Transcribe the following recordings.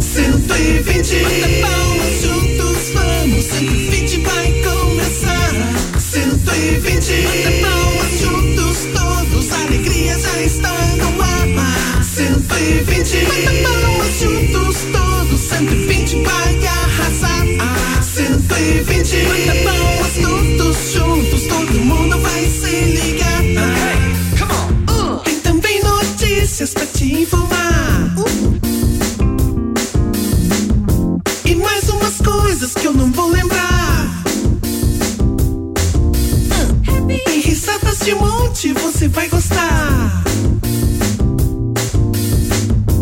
120 Bata palmas juntos, vamos 120 vai começar 120 Bata palmas juntos, todos a alegria já está no ar 120 Bata palmas juntos, todos 120 vai arrasar 120 Bata palmas todos juntos, todo mundo vai se ligar Tem também notícias pra te informar e mais umas coisas que eu não vou lembrar. Tem risadas de monte, você vai gostar.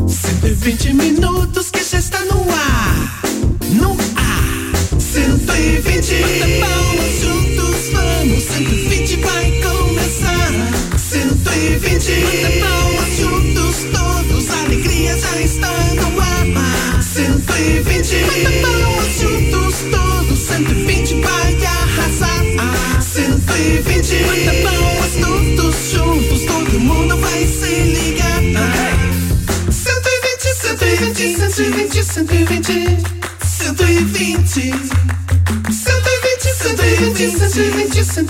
120 minutos que já está no ar. No ar. 120. Bata palmas juntos, vamos. 120 vai começar. 120. Bata palmas juntos, todos. A alegria já está no ar. 120. Bata palmas juntos, todos. 120 vai arrasar. 120. Bata palmas todos juntos, todo mundo vai se ligar. 120, 120, 120, 120, 120, 120, 120, 120, 120,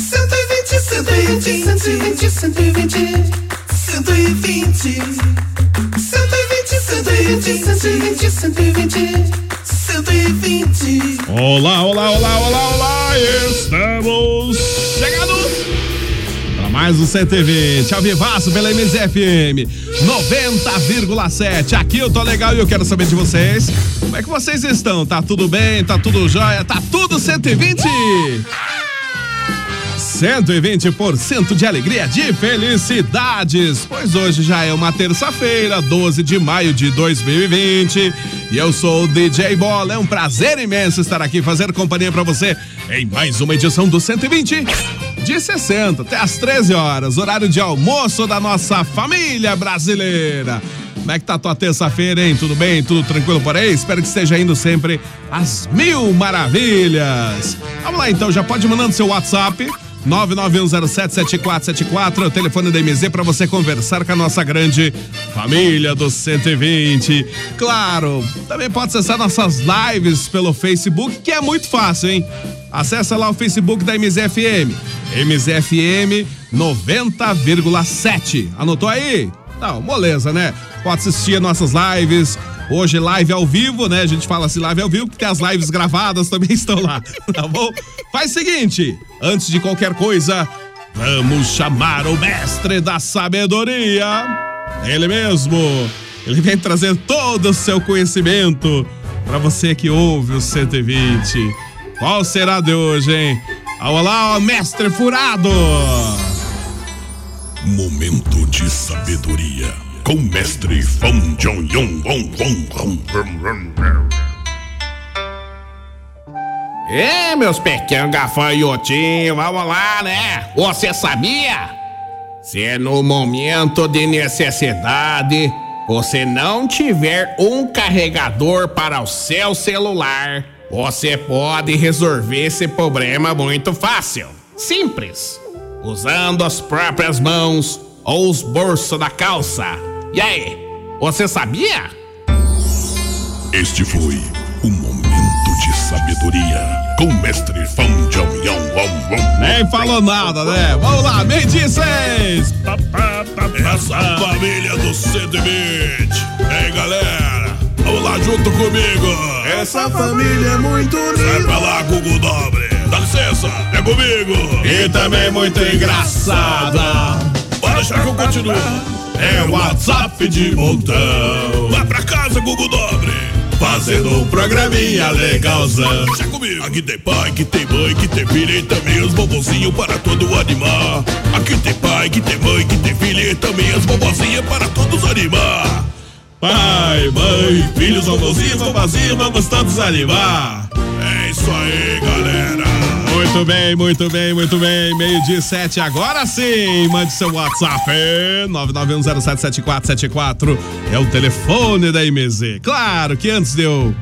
120, 120, 120, 120, 120, 120, 120, 120, 120, 120. Olá, olá, olá, olá, olá! Estamos chegando para mais um 120. Ao vivaço pela MZFM 90,7. Aqui eu tô legal e eu quero saber de vocês. Como é que vocês estão? Tá tudo bem? Tá tudo jóia? Tá tudo 120? 120% de alegria, de felicidades, pois hoje já é uma terça-feira, 12 de maio de 2020, e eu sou o DJ Bola. É um prazer imenso estar aqui fazer companhia pra você em mais uma edição do 120 de 60 até às 13 horas, horário de almoço da nossa família brasileira. Como é que tá a tua terça-feira, hein? Tudo bem? Tudo tranquilo por aí? Espero que esteja indo sempre às mil maravilhas. Vamos lá então, já pode ir mandando seu WhatsApp. 991077474 é o telefone da MZ para você conversar com a nossa grande família do 120. Claro, também pode acessar nossas lives pelo Facebook, que é muito fácil, hein? Acessa lá o Facebook da MZFM. MZFM 90,7. Anotou aí? Não, moleza, né? Pode assistir nossas lives. Hoje, live ao vivo, né? A gente fala assim, live ao vivo, porque as lives gravadas também estão lá, tá bom? Faz o seguinte, antes de qualquer coisa, vamos chamar o mestre da sabedoria. Ele mesmo. Ele vem trazer todo o seu conhecimento para você que ouve o 120. Qual será de hoje, hein? Olá, ó, mestre furado! Momento de sabedoria com mestre Fong Jong Yong Wong Wong Wong Wong Wong Wong. Ê, É, meus pequenos gafanhotinhos, vamos lá, né? Você sabia? Se no momento de necessidade você não tiver um carregador para o seu celular, você pode resolver esse problema muito fácil. Simples. Usando as próprias mãos ou os bolsos da calça. E aí, você sabia? Este foi o momento de sabedoria com mestre Fong Jong Yong Wong Wong. Nem falou nada, né? Vamos lá, meio dia e seis. Pá, pá, pá, pá, Essa pá. família do 120. Ei, galera, vamos lá junto comigo. Essa família é muito Vai linda. pra lá, Google Dobre. Dá licença, é comigo. E também muito engraçada. Pode deixar que eu continuo. É o WhatsApp de montão. Vai pra casa, Google Dobre. Fazendo um programinha legalzão. Deixa comigo. Aqui tem pai, que tem mãe, que tem filha e também os bobozinhos para todo animar. Aqui tem pai, que tem mãe, que tem filha e também as vovozinhas para todos animar. Pai, mãe, filhos, vovozinhas, vovozinhas, vamos todos animar. É isso aí, galera. Muito bem, muito bem, muito bem. Meio dia e sete, agora sim. Mande seu WhatsApp. é 991077474 é o telefone da MZ. Claro que antes de eu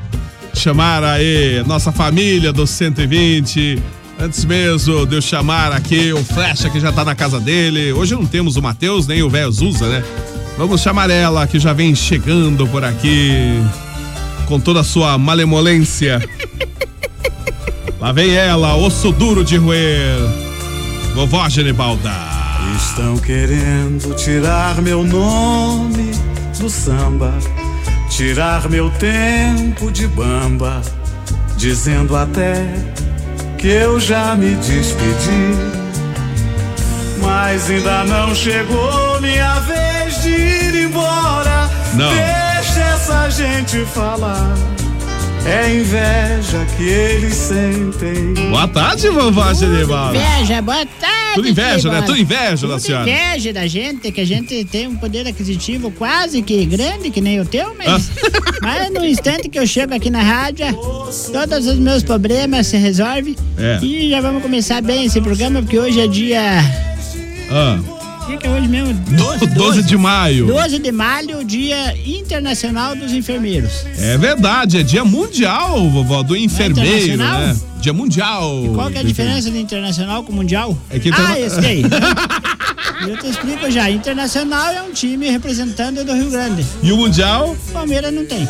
chamar aí nossa família do 120, antes mesmo de eu chamar aqui o Flecha que já tá na casa dele. Hoje não temos o Matheus nem o velho Zusa, né? Vamos chamar ela que já vem chegando por aqui com toda a sua malemolência. Lá vem ela, osso duro de roer. Vovó Genibalda. Estão querendo tirar meu nome do samba, tirar meu tempo de bamba, dizendo até que eu já me despedi. Mas ainda não chegou minha vez de ir embora. Não. Deixa essa gente falar. É inveja que eles sentem. Boa tarde, vovó Genibalda. Inveja, boa tarde. Tudo inveja, né? Tribola. Tudo inveja da senhora. Inveja da gente, que a gente tem um poder aquisitivo quase que grande, que nem o teu, mas, Ah. mas no instante que eu chego aqui na rádio, todos os meus problemas se resolvem. É. E já vamos começar bem esse programa, porque hoje é dia. Ah, O que que é hoje mesmo? 12, 12 de maio. 12 de maio, Dia Internacional dos Enfermeiros. É verdade, é dia mundial, vovó, do enfermeiro, internacional? né? Dia mundial. Qual que é a diferença do internacional com o mundial? É que interna- Ah, esse daí. Eu te explico já. Internacional é um time representando do Rio Grande. E o mundial? Palmeiras não tem.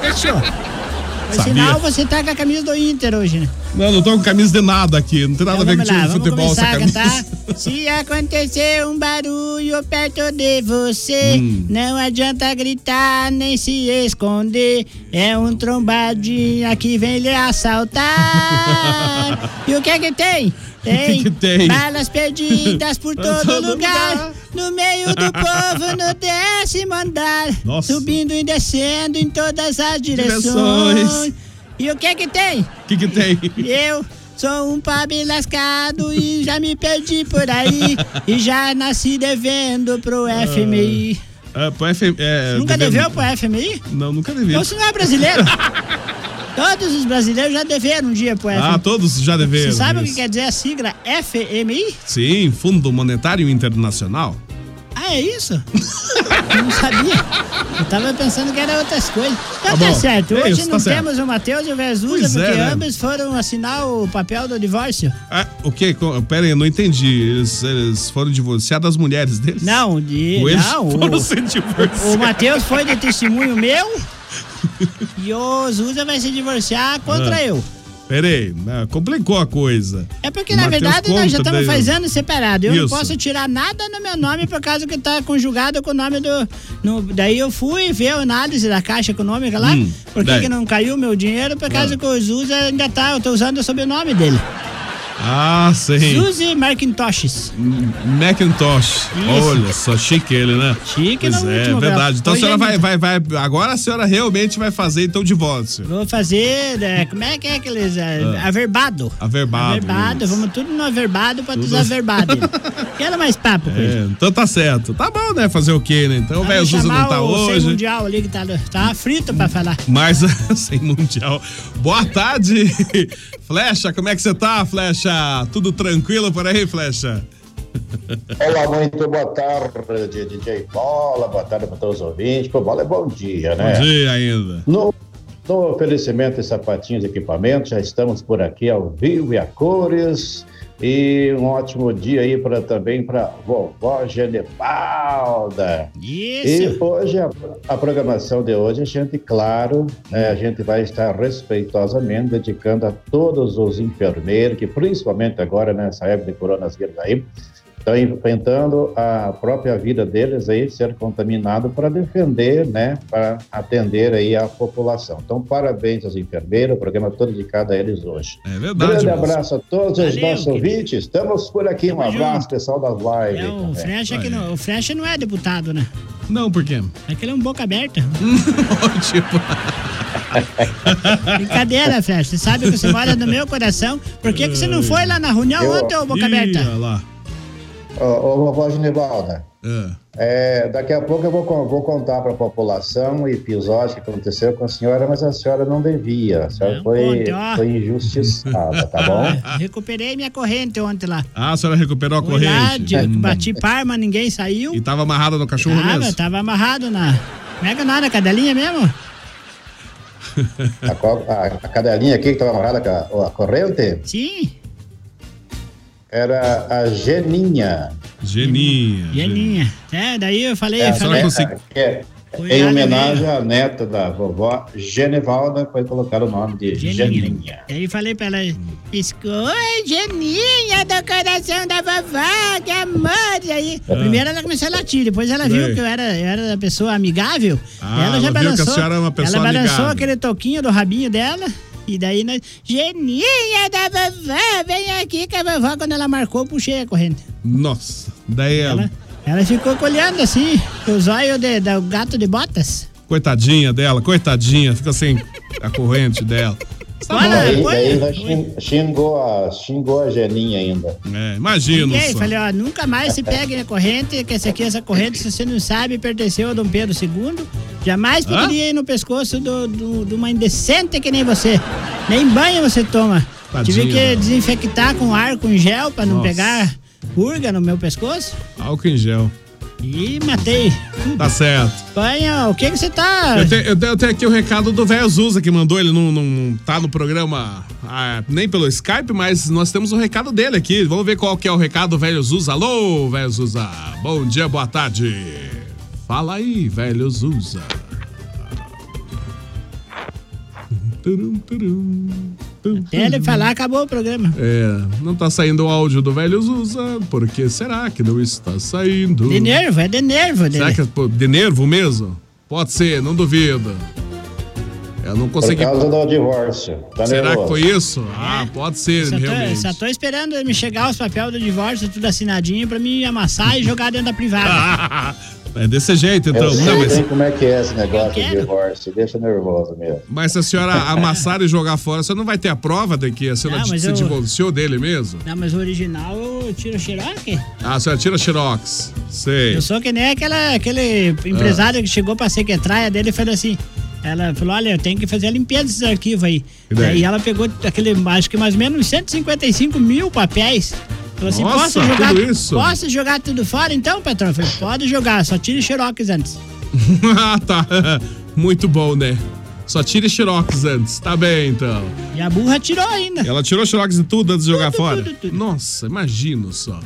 Fechou. Por Sabia. sinal, você tá com a camisa do Inter hoje, né? Não, não tô com camisa de nada aqui. Não tem nada a ver com Vamos time lá, de vamos futebol essa começar a camisa. cantar. Se acontecer um barulho perto de você, Hum. não adianta gritar nem se esconder. É um trombadinha que vem lhe assaltar. e o que é que tem? Tem, que tem? balas perdidas por Pra todo, todo lugar, no meio do povo, no décimo andar, Nossa. subindo e descendo em todas as Direções. direções. E o que é que tem? O que, que tem? Eu sou um pobre lascado e já me perdi por aí. e já nasci devendo pro FMI. É, pro F- é, Nunca devemos- deveu pro FMI? Não, nunca deveu. Então você não é brasileiro. Todos os brasileiros já deveram um dia pro FMI. Ah, todos já deveram. Você sabe o que é? isso. quer dizer a sigla FMI? Sim, Fundo Monetário Internacional. Ah, é isso? Eu não sabia. Eu tava pensando que era outras coisas. Então tá, bom. certo. É Hoje isso, tá não certo. temos o Matheus e o Verzusa, Pois é, porque né? ambos foram assinar o papel do divórcio. Ah, o quê? Co- Pera aí, eu não entendi. Eles, eles foram divorciar das mulheres deles? Não, de. Ou eles não, foram o- se divorciar? O Matheus foi de testemunho meu e o Zusa vai se divorciar contra Ah. eu. Pera aí, né, complicou a coisa. É porque, O na Matheus verdade, nós conta já daí. estamos faz anos separados. Eu não Isso. posso tirar nada no meu nome por causa que tá conjugado com o nome do. no- daí eu fui ver a análise da caixa econômica lá. Hum, por que daí. que não caiu o meu dinheiro? Por causa que o Zusa ainda tá. Eu tô usando o sobrenome dele. Ah, sim. Zuzi Marquintoshes. Macintosh. Isso. Olha só, chique ele, né? Chique pois no é, último, verdade. Bel. Então a Hoje senhora vai, ainda. vai, vai. Agora a senhora realmente vai fazer então o divórcio. Vou fazer. né, como é que é aqueles. é, Ah. Averbado. Averbado. Averbado, vamos tudo no averbado pra Tudo. desaverbado. Quero mais papo com ele. É, então tá certo. Tá bom, né? Fazer o quê, né? Então o velho Zuza não tá o sem hoje. mundial ali que tá, tá frito pra falar. Mas sem mundial. Boa tarde, Flecha. Como é que você tá, Flecha? Tudo tranquilo por aí, Flecha? Olá, muito boa tarde, DJ Bola, boa tarde para todos os ouvintes. Pô, Bola é bom dia, né? Bom dia ainda. No, no oferecimento de sapatinhos e equipamentos, já estamos por aqui ao vivo e a cores. E um ótimo dia aí pra, também para vovó Genebalda. Isso. E hoje, a, a programação de hoje, a gente, claro, né, a gente vai estar respeitosamente dedicando a todos os enfermeiros, que principalmente agora nessa época de coronavírus aí, estão tá enfrentando a própria vida deles aí, ser contaminado para defender, né, para atender aí a população. Então, parabéns aos enfermeiros, o programa todo dedicado a eles hoje. É Grande abraço a todos os Valeu, nossos ouvintes, estamos por aqui, um abraço, pessoal das lives. É, o, Frecha que não, o Frecha não é deputado, né? Não, por quê? É que ele é um boca aberta. tipo. Brincadeira, Frecha. Você sabe que você mora no meu coração. Por que, que você não foi lá na reunião Eu- ontem, ô boca Ih, aberta? lá. Ô, ô vovó Ginevalda, é, daqui a pouco eu vou, con- vou contar para a população o episódio que aconteceu com a senhora, mas a senhora não devia. A senhora foi, contar. foi injustiçada, tá bom? Recuperei minha corrente ontem lá. Ah, a senhora recuperou a Fui lá, corrente. Hum. de- bati parma, ninguém saiu. E tava amarrada no cachorro Tava, tá. mesmo? tava amarrado na. Como é que é na cadelinha mesmo? A, co- a, a cadelinha aqui que estava amarrada com a, a corrente Sim, era a Geninha. Geninha. geninha. É, daí eu falei, É, falei. né, consegui- que é- Foi em nada homenagem à neta da vovó Genevalda, foi colocar o nome de Geninha. Geninha. Daí falei pra ela, escoi, geninha do coração da vovó, que amor! E aí, É. primeiro ela começou a latir, depois ela viu Daí. que eu era, eu era uma pessoa amigável. Ah, ela viu ela já que a balançou. senhora é uma pessoa ela balançou amigável. aquele toquinho do rabinho dela. E daí nós. Geninha da vovó, vem aqui que a vovó, quando ela marcou, eu puxei a corrente. Nossa. Daí, Ela, ela ficou olhando assim, com os olhos de, do gato de botas. coitadinha dela, coitadinha, fica sem a corrente dela. Tá Olha, Daí, foi. daí vai xin- xingou, a, xingou a Geninha ainda. É, imagino. E aí, só. falei, ó, nunca mais se pegue na corrente, que essa aqui, essa corrente, se você não sabe, pertenceu a Dom Pedro II. Jamais poderia ir no pescoço do- do- de uma indecente que nem você. Nem banho você toma. Tadinho, Tive que não. desinfectar com álcool em gel pra não Nossa. pegar purga no meu pescoço. Álcool em gel. E matei. Tá certo. Banho, o que que você tá... Eu tenho, eu tenho- eu tenho aqui o recado do velho Zuza que mandou. Ele não, não tá no programa ah, nem pelo Skype, mas nós temos o recado dele aqui. Vamos ver qual que é o recado do velho Zuza. Alô, velho Zuza. Bom dia, boa tarde. Fala aí, velho Zuza. Turum, turum, tum, Até ele falar, acabou o programa. É, não tá saindo o áudio do velho Zuza. Por que será que não está saindo? De nervo, é de nervo dele. Será que é pô, de nervo mesmo? Pode ser, não duvido. Eu não Por consegui. causa do divórcio. Tá Será que nervoso. foi isso? Ah, pode ser, Só tô, realmente. só tô esperando me chegar os papéis do divórcio, tudo assinadinho, pra me amassar e jogar dentro da privada. É desse jeito, então. Eu sei Não, mas, bem como é que é esse negócio Eu de quero. divórcio. Deixa nervoso mesmo. mas se a senhora amassar e jogar fora, você não vai ter a prova de que a senhora Não, mas se eu- divorciou dele mesmo? Não, mas o original eu tiro o xeroque. Ah, a senhora tira xerox. Sei. Eu sou que nem aquela, aquele Ah. empresário que chegou pra sequetraia dele e falou assim. Ela falou, olha, eu tenho que fazer a limpeza desses arquivos aí. E daí? Aí ela pegou aquele, acho que mais ou menos uns 155 mil papéis. Falou assim, Nossa, posso jogar tudo isso? Posso jogar tudo fora então, patrão? Eu falei, pode jogar, só tire xerox antes. ah, tá. Muito bom, né? Só tira xerox antes. Tá bem, então. E a burra tirou ainda. Ela tirou xerox de tudo antes de jogar Tudo, fora? tudo, tudo. Nossa, imagino só.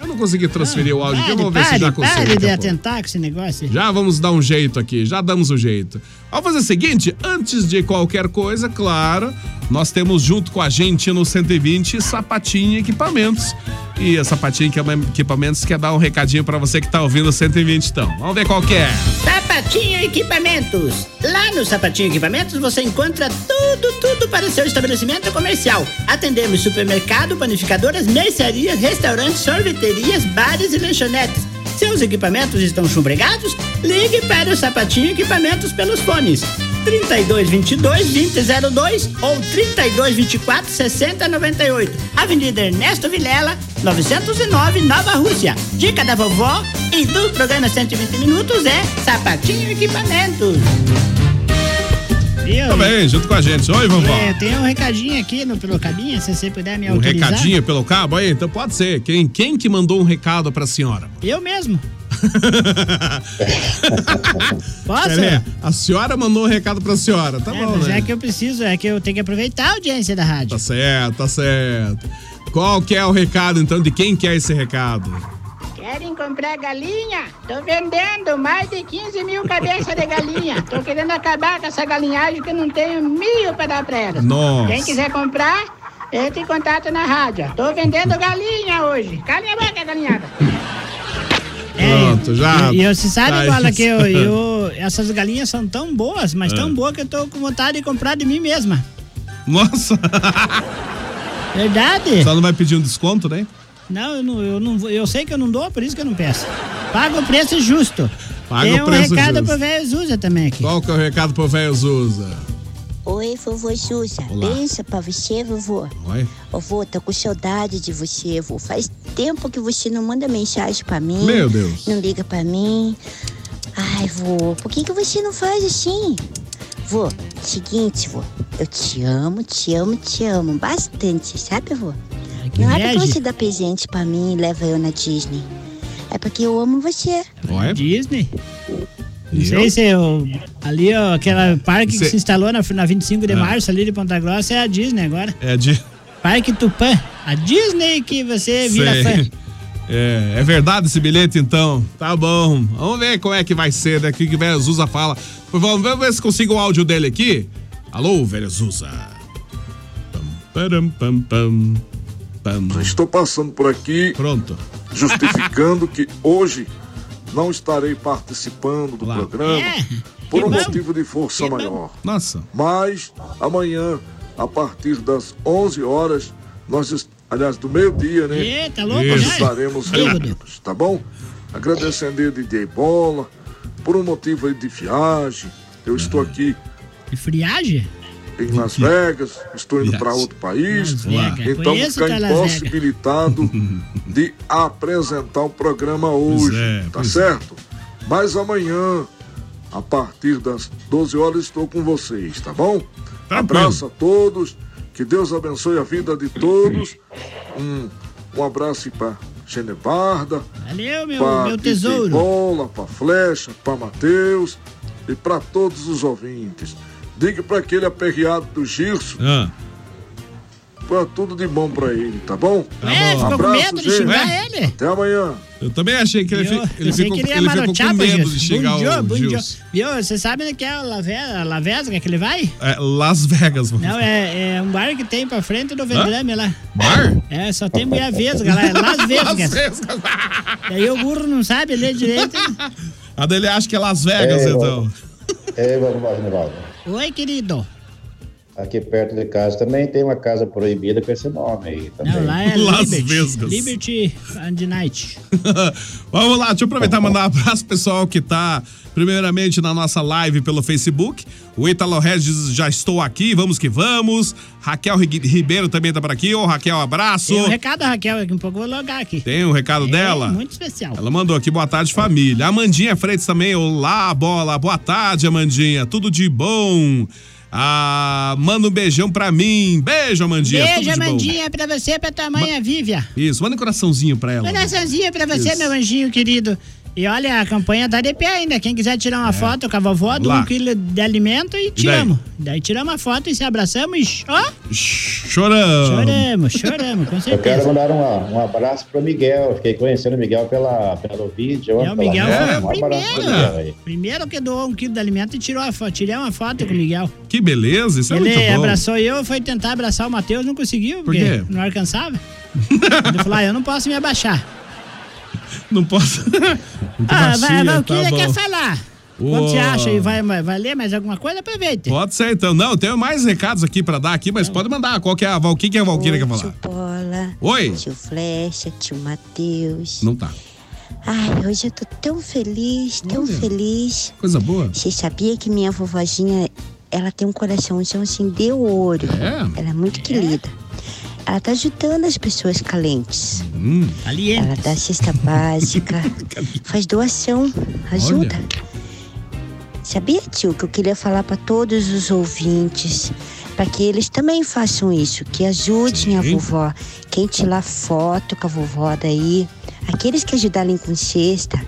Eu não consegui transferir o áudio aqui, eu Pare, vou ver se já Ah, pare, consigo. Pare de daqui a pouco. atentar com esse negócio. Já vamos dar um jeito aqui, já damos um jeito. Vamos fazer o seguinte, antes de qualquer coisa, claro, nós temos junto com a gente no 120 Sapatinho Equipamentos. E a Sapatinho Equipamentos quer dar um recadinho pra você que tá ouvindo o 120, então. Vamos ver qual que é. Sapatinho Equipamentos. Lá no Sapatinho Equipamentos você encontra tudo, tudo para o seu estabelecimento comercial. Atendemos supermercado, panificadoras, mercearias, restaurantes, sorveterias, bares e lanchonetes. Seus equipamentos estão chumbregados? Ligue para o Sapatinho Equipamentos pelos fones 3222 2002 ou 3224 6098. Avenida Ernesto Vilela, 909, Nova Rússia. Dica da vovó e do programa 120 Minutos é Sapatinho Equipamentos. Viu? Também, junto com a gente. Oi, vovó. É, tem um recadinho aqui no Pelo Cabinha, se você puder me Um autorizar. recadinho pelo cabo aí? Então pode ser. Quem, quem que mandou um recado pra senhora? Eu mesmo. Posso? Pelé, a senhora mandou um recado pra senhora, tá É, bom, mas né? é que eu preciso, é que eu tenho que aproveitar a audiência da rádio. Tá certo, tá certo. Qual que é o recado, então, de quem que é esse recado? Querem comprar galinha? Tô vendendo mais de 15 mil cabeças de galinha. Tô querendo acabar com essa galinhagem que eu não tenho mil pra dar pra elas. Nossa. Quem quiser comprar, entre em contato na rádio. Tô vendendo galinha hoje. Calem a boca, galinhada. Pronto, já. É. E, e você sabe, tá Bola, isso. que eu, eu- essas galinhas são tão boas, mas É. tão boas que eu tô com vontade de comprar de mim mesma. Nossa, Verdade? só não vai pedir um desconto, né? Não, eu não, eu não vou- eu sei que eu não dou, por isso que eu não peço. Paga o preço justo. Paga Tem o um preço recado justo. pro velho Zuza também aqui. Qual que é o recado pro velho Zuza? Oi, vovô Xuxa. Olá. Beijo pra você, vovô. Oi. Vovô, tô com saudade de você, vô. Faz tempo que você não manda mensagem pra mim. Meu Deus. Não liga pra mim. Ai, vô, por que, que você não faz assim? Vô, seguinte, vô. Eu te amo, te amo, te amo. Bastante, sabe, vô? Não é porque inveja. você dá presente pra mim e leva eu na Disney. É porque eu amo você. Olha. Disney? Não Eu? Ah, sei se eu, ali, ó, aquela parque que Cê- se instalou na, na 25 de Ah. março ali de Ponta Grossa é a Disney agora. É de. Parque Tupã. A Disney que você vira Sei. fã. É, é verdade esse bilhete, então? Tá bom. Vamos ver como é que vai ser daqui que o Velho Zusa fala. Vamos vamos ver se consigo o áudio dele aqui. Alô, Velho Zusa. Pam, pam, pam, pam. Estou passando por aqui. Pronto. Justificando que hoje não estarei participando do programa por um motivo de força maior. Nossa. Mas amanhã, a partir das 11 horas, nós, est- aliás, do meio-dia, né? Eita, louco, nós já. estaremos reunidos, tá bom? Agradecendo aí DJ Bola, por um motivo aí de viagem. Eu estou aqui De friagem? em Las Vegas, estou indo para outro país, Las Vegas. então Conheço ficar que é Las Vegas. impossibilitado de apresentar o programa hoje, tá certo? Mas amanhã, a partir das 12 horas, estou com vocês, tá bom? Abraço a todos, que Deus abençoe a vida de todos. Um, um abraço para Genevarda, Valeu, meu, pra meu Titi tesouro. Bola, pra Flecha, pra Mateus e pra todos os ouvintes. Diga pra aquele aperreado do Girso, Ah. pra tudo de bom pra ele, tá bom? É, ficou com medo de xingar ele. Até amanhã. Eu também achei que ele, fi- ele, Você ficou, queria ele ficou marotear com pro medo é Gilson. de xingar Bom dia, o bom dia. Gilson. Viu, você sabe onde que é a Lavesga, a Lavesga que ele vai? É, Las Vegas, mano. Não, é, é um bar que tem pra frente do Vendrame lá. Bar? É, só tem mulher vesga lá, é Las Vegas. Daí o burro não sabe ler direito. A dele acha que é Las Vegas, É, então. Ei, vamos lá, Genivaldo. Oi, querido. Aqui perto de casa também tem uma casa proibida com esse nome aí tá também. Não, lá é Las Liberty. Vesgas. Liberty and Night. Vamos lá, deixa eu aproveitar e mandar um abraço pro pessoal que tá primeiramente na nossa live pelo Facebook. O Italo Regis já estou aqui, vamos que vamos. Raquel Ri- Ribeiro também tá por aqui. Ô, Raquel, abraço. Tem um recado, Raquel, daqui um pouco eu vou logar aqui. Tem um recado dela? É muito especial. Ela mandou aqui, boa tarde, família. Amandinha Freitas também, olá, bola. Boa tarde, Amandinha. Tudo de bom. Ah, manda um beijão pra mim. Beijo, Amandinha. um Beijo, Tudo de bom. Amandinha, pra você e pra tua mãe, a Vívia. Isso, manda um coraçãozinho pra ela. Coraçãozinho pra você, Isso. meu anjinho querido. E olha, a campanha tá de pé ainda. Quem quiser tirar uma foto com a vovó, de É. Lá. um quilo de alimento e tiramos. daí? tiramos a foto e se abraçamos e ó, Chorão. choramos, choramos, com Eu quero certeza. mandar um, um abraço pro Miguel. Fiquei conhecendo o Miguel pela, pelo vídeo. É, o Miguel pela foi um o abraço pro Miguel aí. primeiro. Primeiro que doou um quilo de alimento e tirou a foto. Tirei uma foto com o Miguel. Que beleza, isso é Ele muito bom. abraçou eu, foi tentar abraçar o Matheus, não conseguiu, Por porque quê? não alcançava. Ele falou: ah, eu não posso me abaixar. Não posso. Ah, vai, baixinha, vai, o que tá ele quer bom. falar? Ô. Quando você acha e vai, vai ler mais alguma coisa, aproveita. Pode ser, então. Não, eu tenho mais recados aqui pra dar aqui, mas pode mandar. Qual que é a Val? O que, que a Valquíria quer falar? Bola. Oi? Tio Flecha, tio Matheus. Não tá. Ai, hoje eu tô tão feliz, tão feliz. Coisa boa. Você sabia que minha vovozinha, ela tem um coraçãozão assim de ouro. É? Ela é muito querida. Ela tá ajudando as pessoas calentes. Hum. Ela dá cesta básica, faz doação, ajuda. Sabia, tio, que eu queria falar para todos os ouvintes, para que eles também façam isso, que ajudem a vovó. Quem tirar foto com a vovó daí, aqueles que ajudarem com cesta,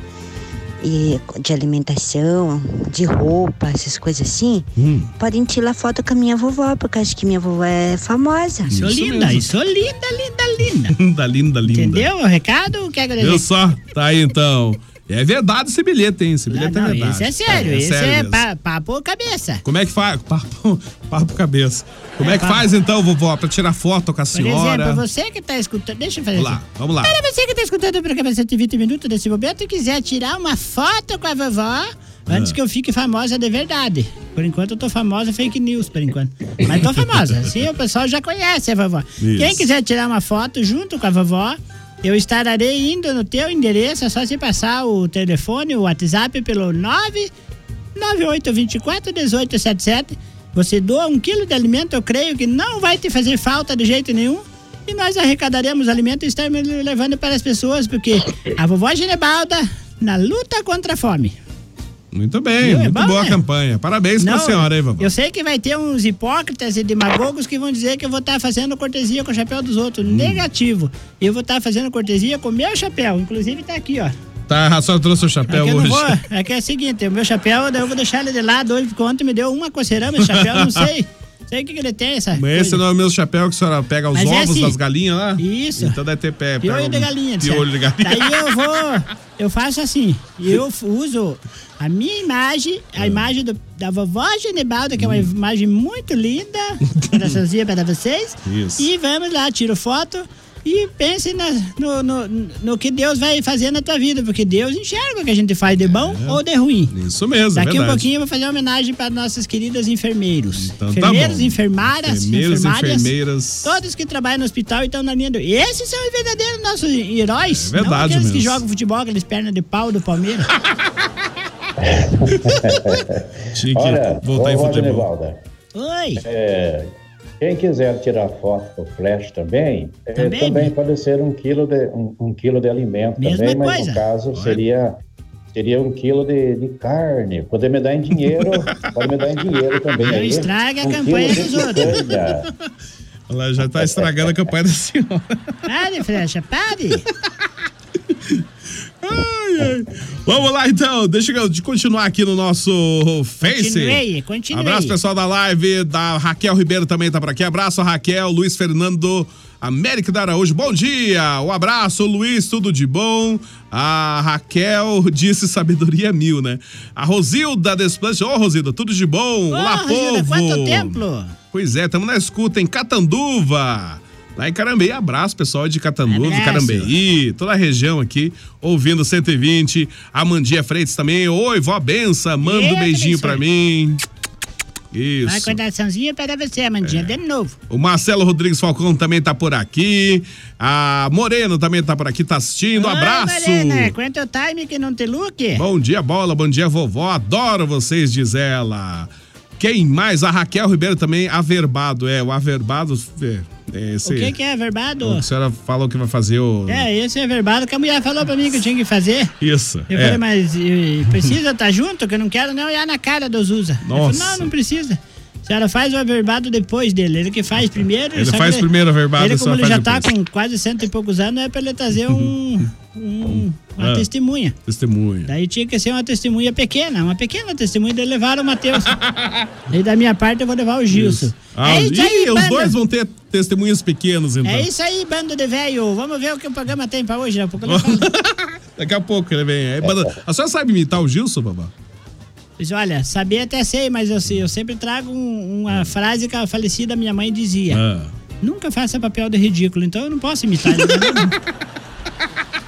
e de alimentação, de roupa, essas coisas assim, Hum. podem tirar foto com a minha vovó, porque acho que minha vovó é famosa. Isso, linda, isso linda, linda, linda. Linda, linda, linda. Entendeu o recado? Quer agradecer? Viu só? Tá aí, então. É verdade esse bilhete, hein? Esse bilhete é Não, verdade. esse é sério, esse é, mesmo. pa- papo cabeça. Como é que faz? Papo, papo cabeça. Como É, é, que papo. faz, então, vovó, pra tirar foto com a Por senhora? exemplo, você que tá escutando. Deixa eu fazer Vamos lá, assim. vamos lá. Para você que tá escutando o programa 120 minutos nesse momento e quiser tirar uma foto com a vovó. Antes Ah. que eu fique famosa de verdade. Por enquanto eu tô famosa fake news, por enquanto. Mas tô famosa. Assim o pessoal já conhece a vovó. Isso. Quem quiser tirar uma foto junto com a vovó, eu estarei indo no teu endereço. É só você passar o telefone, o WhatsApp pelo 998241877 Você doa um quilo de alimento, eu creio que não vai te fazer falta de jeito nenhum. E nós arrecadaremos alimento e estamos levando para as pessoas, porque a vovó Ginebalda na luta contra a fome. Muito bem, Viu? É muito bom, boa né? campanha. Parabéns pra senhora, hein, vovó? Eu sei que vai ter uns hipócritas e demagogos que vão dizer que eu vou estar fazendo cortesia com o chapéu dos outros. Hum. Negativo. Eu vou estar fazendo cortesia com o meu chapéu. Inclusive tá aqui, ó. Tá, a senhora trouxe o chapéu Aqui eu não hoje. vou. É que é o seguinte, o meu chapéu, daí eu vou deixar ele de lado hoje, porque ontem me deu uma coceirama esse chapéu, não sei. Sei o que, que ele tem, essa. Mas esse coisa. não é o meu chapéu que a senhora pega os Mas é ovos assim. das galinhas lá? Isso. Então deve ter pé. pega Piolho de um galinha, Piolho de disseram. galinha. Daí eu vou, eu faço assim, eu f- uso a minha imagem, a É. imagem do- da vovó Genebalda, que é uma Hum. imagem muito linda, coraçãozinho para vocês. Isso. E vamos lá, tiro foto e pense na- no, no, no que Deus vai fazer na tua vida, porque Deus enxerga o que a gente faz de bom É. ou de ruim. Isso mesmo, é Daqui um verdade. pouquinho eu vou fazer uma homenagem para nossos queridos enfermeiros. Então tá enfermeiros, bom. enfermaras, Enfermeiros, enfermárias. enfermeiras. Todos que trabalham no hospital e estão na linha do. Esses são os verdadeiros nossos heróis. É verdade não aqueles que mesmo. jogam futebol, aqueles pernas de pau do Palmeiras. Tinha que Olha, voltar em vovó futebol. Genevalda, Oi! é, quem quiser tirar foto com flash também, é, Também? também, pode ser um quilo de, um, um quilo de alimento Mesma também, mas coisa. no caso seria, seria um quilo de, de carne. Poder me dar em dinheiro, pode me dar em dinheiro também. Não aí. estraga a Um campanha quilo de dos outros. picanha. Ela já tá estragando a campanha da senhora. Pare, flecha, pare! Vamos lá então, deixa eu de continuar aqui no nosso Face. Continue, continue. Abraço pessoal da live, da Raquel Ribeiro também tá por aqui. Abraço Raquel, Luiz Fernando, América da Araújo. Bom dia, um abraço Luiz, tudo de bom. A Raquel disse sabedoria mil, né? A Rosilda Desplante, ô Rosilda, tudo de bom. Olá, Rosilda, povo. quanto tempo? Pois é, estamos na escuta em Catanduva. Lá em Carambeí, abraço pessoal de Catanduva, Abraço. de Carambeí, toda a região aqui, ouvindo 120. Amandia Freitas também. Oi, vó Bença, manda Eu um beijinho abençoe. pra mim. Isso. É. Vai com coraçãozinho para você, Amandinha, de novo. O Marcelo Rodrigues Falcão também tá por aqui. A Moreno também tá por aqui, tá assistindo. abraço. Oi, Marina, quanto time que não te look? Bom dia, bola. Bom dia, vovó. Adoro vocês, diz ela. Quem mais? A Raquel Ribeiro também, averbado. É, o averbado. É, é esse. o que, que é verbado? O que a senhora falou que vai fazer o. É, esse é verbado que a mulher falou pra mim que eu tinha que fazer. Isso. Eu é. falei, mas eh, precisa estar junto? Que eu não quero não olhar na cara dos usa. Nossa. não, não precisa. A senhora faz o averbado depois dele. Ele que faz primeiro. Ele só que faz primeiro o averbado, Ele, a como senhora ele já faz tá depois. com quase cento e poucos anos, é pra ele trazer um, um- uma Ah. testemunha. Testemunha. Daí tinha que ser uma testemunha pequena, uma pequena testemunha. Daí levaram o Matheus. e da minha parte eu vou levar o Gilson. Ah, é isso aí, ih, os banda. dois vão ter testemunhos pequenos, então. É isso aí, bando de velho. Vamos ver o que o programa tem pra hoje, né? Porque eu não Daqui a pouco ele vem. aí, banda- A senhora sabe imitar o Gilson, babá? Mas olha, saber até sei, mas eu, sei- eu sempre trago um- uma frase que a falecida minha mãe dizia. Ah. Nunca faça papel de ridículo, então eu não posso imitar. ele, né?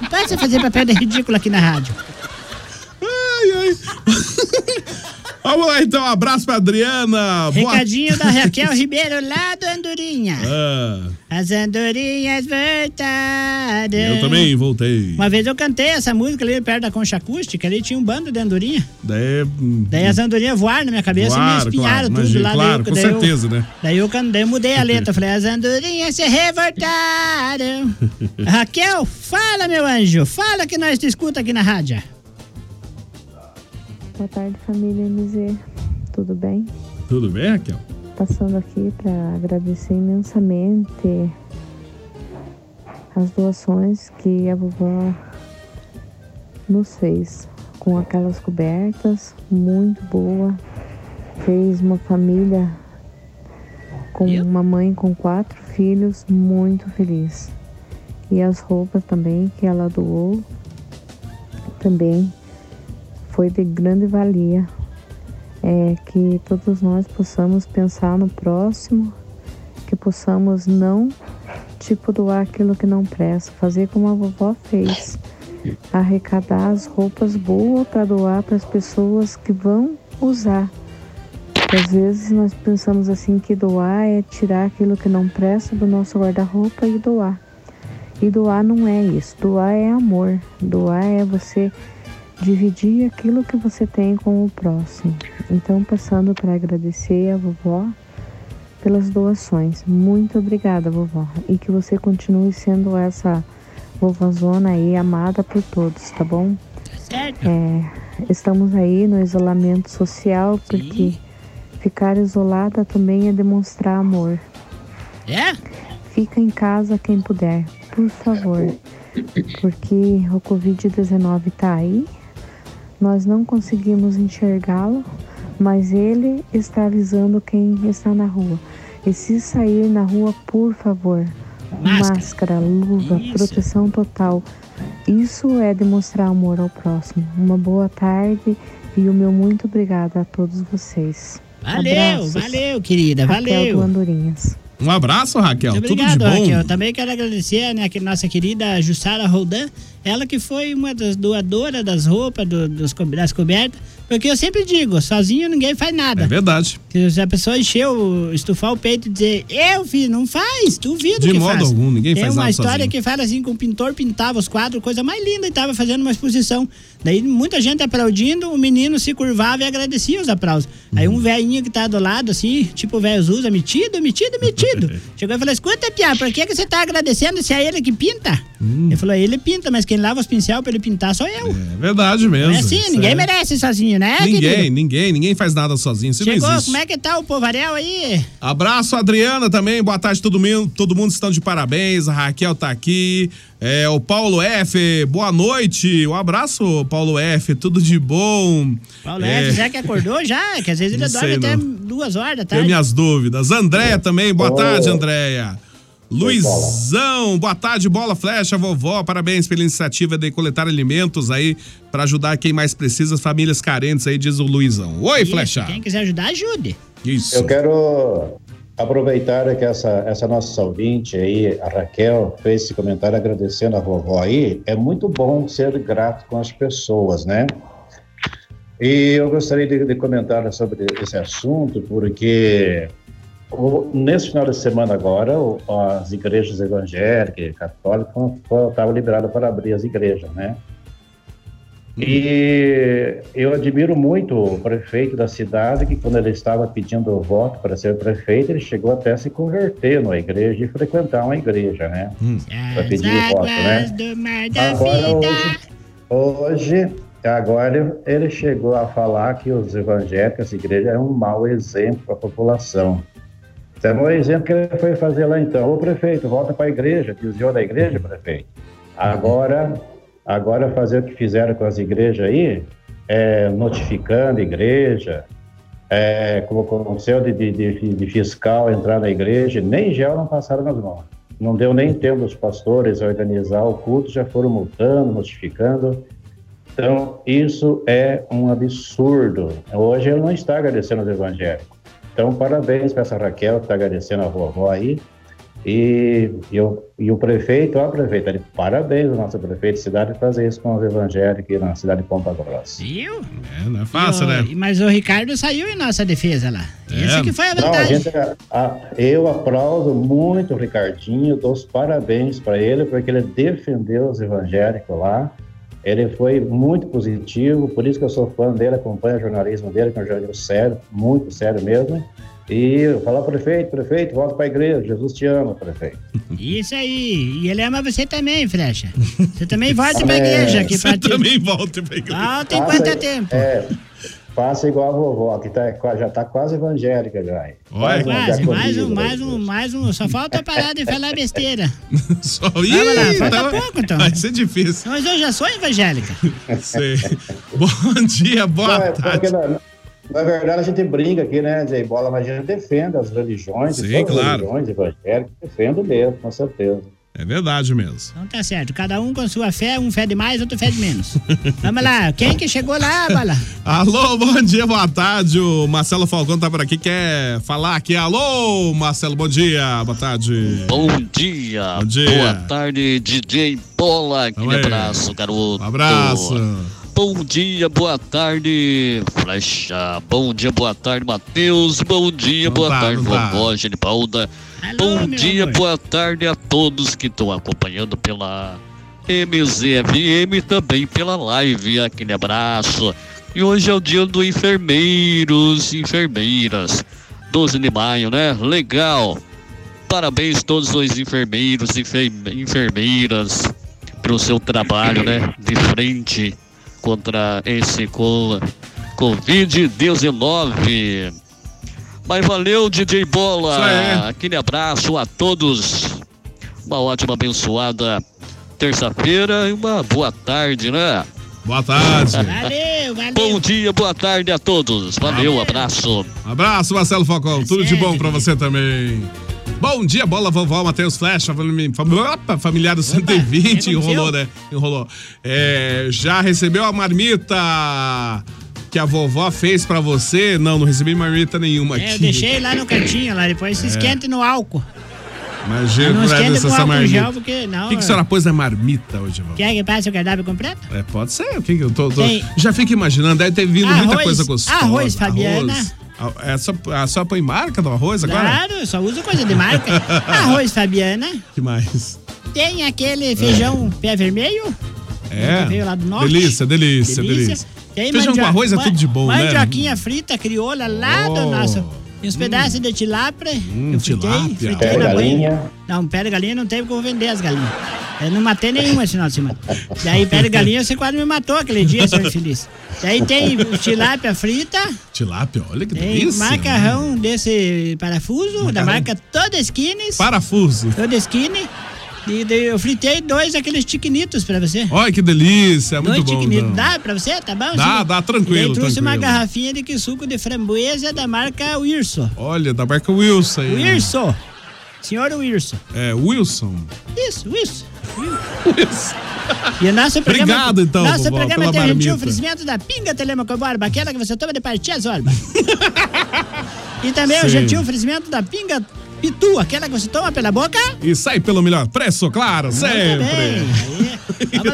não posso fazer papel de ridículo aqui na rádio. Ai, ai. Vamos lá, então. Abraço pra Adriana. Boa- Recadinho da Raquel Ribeiro lá do Andorinha. Ah, As andorinhas voltaram. eu também voltei. Uma vez eu cantei essa música ali perto da concha acústica, ali tinha um bando de andorinha. Daí. Daí as andorinhas voaram na minha cabeça Voaram, e me espinharam claro, tudo imagina, lá. claro, daí, com daí eu- certeza, né? Daí eu, can- daí eu mudei a letra, falei, as andorinhas se revoltaram. Raquel, fala, meu anjo, fala que nós te escuta aqui na rádio. Boa tarde, família MZ. Tudo bem? Tudo bem, Raquel? Passando aqui para agradecer imensamente as doações que a vovó nos fez com aquelas cobertas muito boa. Fez uma família com uma mãe com quatro filhos muito feliz. E as roupas também que ela doou também foi de grande valia. É que todos nós possamos pensar no próximo, que possamos não tipo doar aquilo que não presta, fazer como a vovó fez, arrecadar as roupas boas para doar para as pessoas que vão usar. Porque Às vezes nós pensamos assim que doar é tirar aquilo que não presta do nosso guarda-roupa e doar. E doar não é isso. Doar é amor. Doar é você dividir aquilo que você tem com o próximo. Então, passando para agradecer a vovó pelas doações. Muito obrigada, vovó. E que você continue sendo essa vovózona aí amada por todos, tá bom? Certo. É, estamos aí no isolamento social porque ficar isolada também é demonstrar amor. É? Fica em casa quem puder, por favor. Porque o Covid-19 está aí, nós não conseguimos enxergá-lo, mas ele está avisando quem está na rua. E se sair na rua, por favor, máscara, luva, proteção total. Isso é demonstrar amor ao próximo. Uma boa tarde e o meu muito obrigado a todos vocês. Valeu, valeu, querida, Raquel valeu. do Andorinhas. Um abraço, Raquel. Muito Tudo de obrigado, bom. Raquel. tá? Também quero agradecer né, a nossa querida Jussara Roldan, ela que foi uma das doadoras das roupas, do- dos co- das cobertas, porque eu sempre digo, sozinho ninguém faz nada. É verdade. Se a pessoa encher, o- estufar o peito e dizer, eu fiz, não faz, duvido De é que modo faz. algum, ninguém Tem faz uma nada história sozinho. que fala assim, que um pintor pintava os quadros, coisa mais linda, e tava fazendo uma exposição. Daí muita gente aplaudindo, o menino se curvava e agradecia os aplausos. Aí Uhum. um velhinho que tá do lado, assim, tipo o velho Zusa, metido, metido, metido. Chegou e falou, escuta, Pia, por que, que você tá agradecendo se é ele que pinta? Hum. Ele falou, ele pinta, mas quem lava os pincel pra ele pintar sou eu. É verdade mesmo. É assim, Isso ninguém é. merece sozinho, né, Ninguém, querido? ninguém, ninguém faz nada sozinho. Isso não Chegou, existe. como é que tá o povarel aí? Abraço, Adriana, também. Boa tarde, todo mundo. Todo mundo estão de parabéns. A Raquel tá aqui. É, o Paulo F, boa noite. Um abraço, Paulo F. Tudo de bom. Paulo É, F, será que acordou já? Que às vezes ele Não dorme sei, até não. duas horas da Tenho tarde. minhas dúvidas. Andréia também, boa Ô. tarde, Andréia. Luizão, boa tarde, bola flecha, vovó. Parabéns pela iniciativa de coletar alimentos aí pra ajudar quem mais precisa, as famílias carentes aí, diz o Luizão. Oi, Isso, flecha. Quem quiser ajudar, ajude. Isso. Eu quero aproveitar que essa, essa nossa ouvinte aí, a Raquel, fez esse comentário agradecendo a vovó aí. É muito bom ser grato com as pessoas, né? E eu gostaria de, de comentar sobre esse assunto, porque o- nesse final de semana agora, o- as igrejas evangélicas e católicas estavam liberadas para abrir as igrejas, né? E eu admiro muito o prefeito da cidade, que quando ele estava pedindo o voto para ser prefeito, ele chegou até a se converter numa igreja e frequentar uma igreja, né? Para pedir voto, né? Agora, hoje, hoje, agora ele- ele chegou a falar que os evangélicos, as igrejas, é um mau exemplo para a população. Esse é um exemplo que ele foi fazer lá então. Ô prefeito, volta para a igreja, desviou é da igreja, prefeito. Agora, agora fazer o que fizeram com as igrejas aí, é, notificando a igreja, é, colocou um céu de, de- de- de fiscal entrar na igreja, nem gel não passaram nas mãos. Não deu nem tempo os pastores organizar o culto, já foram multando, notificando. Então, isso é um absurdo. Hoje ele não está agradecendo os evangélicos. Então, parabéns para essa Raquel, que está agradecendo a vovó aí. E, e o, e o prefeito, ó, prefeito, ele, parabéns ao nosso prefeito de cidade fazer isso com os evangélicos na cidade de Ponta Grossa. Viu? É, não é fácil, E né? o- Mas o Ricardo saiu em nossa defesa lá. Essa que foi a Não, a vantagem. gente, a- eu aplaudo muito o Ricardinho, dou os parabéns para ele, porque ele defendeu os evangélicos lá. Ele foi muito positivo, por isso que eu sou fã dele, acompanho o jornalismo dele, que é um jornalismo sério, muito sério mesmo. E eu falo, prefeito, prefeito, volta para a igreja, Jesus te ama, prefeito. Isso aí. E ele ama você também, Flecha. Você também volta pra É. igreja. Que Você também volta pra igreja. Volta em Faça- quanto tempo. É, faça igual a vovó, que tá, já está quase evangélica já. hein? Quase, Quase, mais um, diaconisa. mais um, mais um. Só falta parar de falar besteira. Só Vamos lá, Ih, falta tá- pouco, então. Vai ser difícil. Mas eu já sou evangélica. Sei. Bom dia, boa Não, é tarde. porque na, na verdade, a gente brinca aqui, né, Zé Bola, mas a gente defende as religiões, Sim, todas as claro. religiões evangélicas, defendo mesmo, com certeza. É verdade mesmo. Então tá certo. Cada um com sua fé, um fé de mais, outro fé de menos. Vamos lá. Quem que chegou lá, Bala? Alô, bom dia, boa tarde. O Marcelo Falcão tá por aqui, quer falar aqui. Alô, Marcelo, bom dia, boa tarde. Bom dia. Bom dia. Boa tarde, DJ Bola. Aquele aí. abraço, garoto. Abraço. Bom dia, boa tarde, Flecha. Bom dia, boa tarde, Matheus. Bom dia, boa tá, tarde, não tá. vovó Genibalda. Bom dia, boa tarde a todos que estão acompanhando pela MZFM também pela live. Aquele abraço. E hoje é o dia do enfermeiros e enfermeiras. 12 de maio, né? Legal. Parabéns a todos os enfermeiros e enfer- enfermeiras pelo seu trabalho, né? De frente contra esse co- Covid-19. Mas valeu, DJ Isso Bola. aí. Aquele abraço a todos. Uma ótima, abençoada terça-feira e uma boa tarde, né? Boa tarde. Valeu, valeu. Bom dia, boa tarde a todos. Valeu, abraço. Abraço, Marcelo Falcão. Tudo de bom pra você também. Bom dia, bola vovó, Matheus Flecha, fami- fam- opa, familiar do 120, enrolou, né? Enrolou. É, já recebeu a marmita que a vovó fez pra você? Não, não recebi marmita nenhuma aqui. É, eu deixei lá no cantinho, lá depois se É. esquenta no álcool. Imagina Não como é esquenta dessa com essa álcool marmita. gel, porque não, o que, que a é. senhora pôs na marmita hoje, vovó? Quer que passe o cardápio completo? É, pode ser. O que que eu tô, tô- Tem- Já fico imaginando, deve ter vindo muita Arroz. coisa gostosa. Arroz, Fabiana. Arroz. Ah, É só, ah, só põe marca do arroz agora? Claro, só uso coisa de marca. Arroz Fabiana, que mais? tem aquele feijão pé vermelho. É. que Veio lá do norte. Delícia, delícia, delícia. Tem Feijão mandioca- com arroz é tudo de bom, né? Oh. Mandioquinha frita crioula lá do nosso. E uns pedaços de tilápia. Hum, tilápia. Fritei na banha. Não, um pé de galinha não teve como vender as galinhas. Eu não matei nenhuma esse final de semana. Daí pé de galinha você quase me matou aquele dia, seu infeliz. Daí tem o tilápia frita, Tilápia, olha que tem delícia. macarrão desse parafuso, Macarrão. da marca Toda Skines. Parafuso. Toda Skinny. E daí eu fritei dois aqueles tiquinitos pra você. Olha que delícia, muito Dois bom. então. tiquinitos. não. Dá pra você? Tá bom? Dá, Sim. dá, tranquilo, E daí trouxe uma tranquilo. garrafinha de que suco de framboesa da marca Wilson. Olha, da marca Wilson aí. Wilson. Senhor Wilson. É, Wilson. Isso, isso. Isso. E o nosso programa. Obrigado, então, Nosso vovó, pela programa tem gentil marmita. oferecimento da Pinga Telemaco Borba, aquela que você toma de partidas, Borba. e também o Sim. gentil oferecimento da Pinga Pitu, aquela que você toma pela boca. E sai pelo melhor preço, claro, sempre. Vamos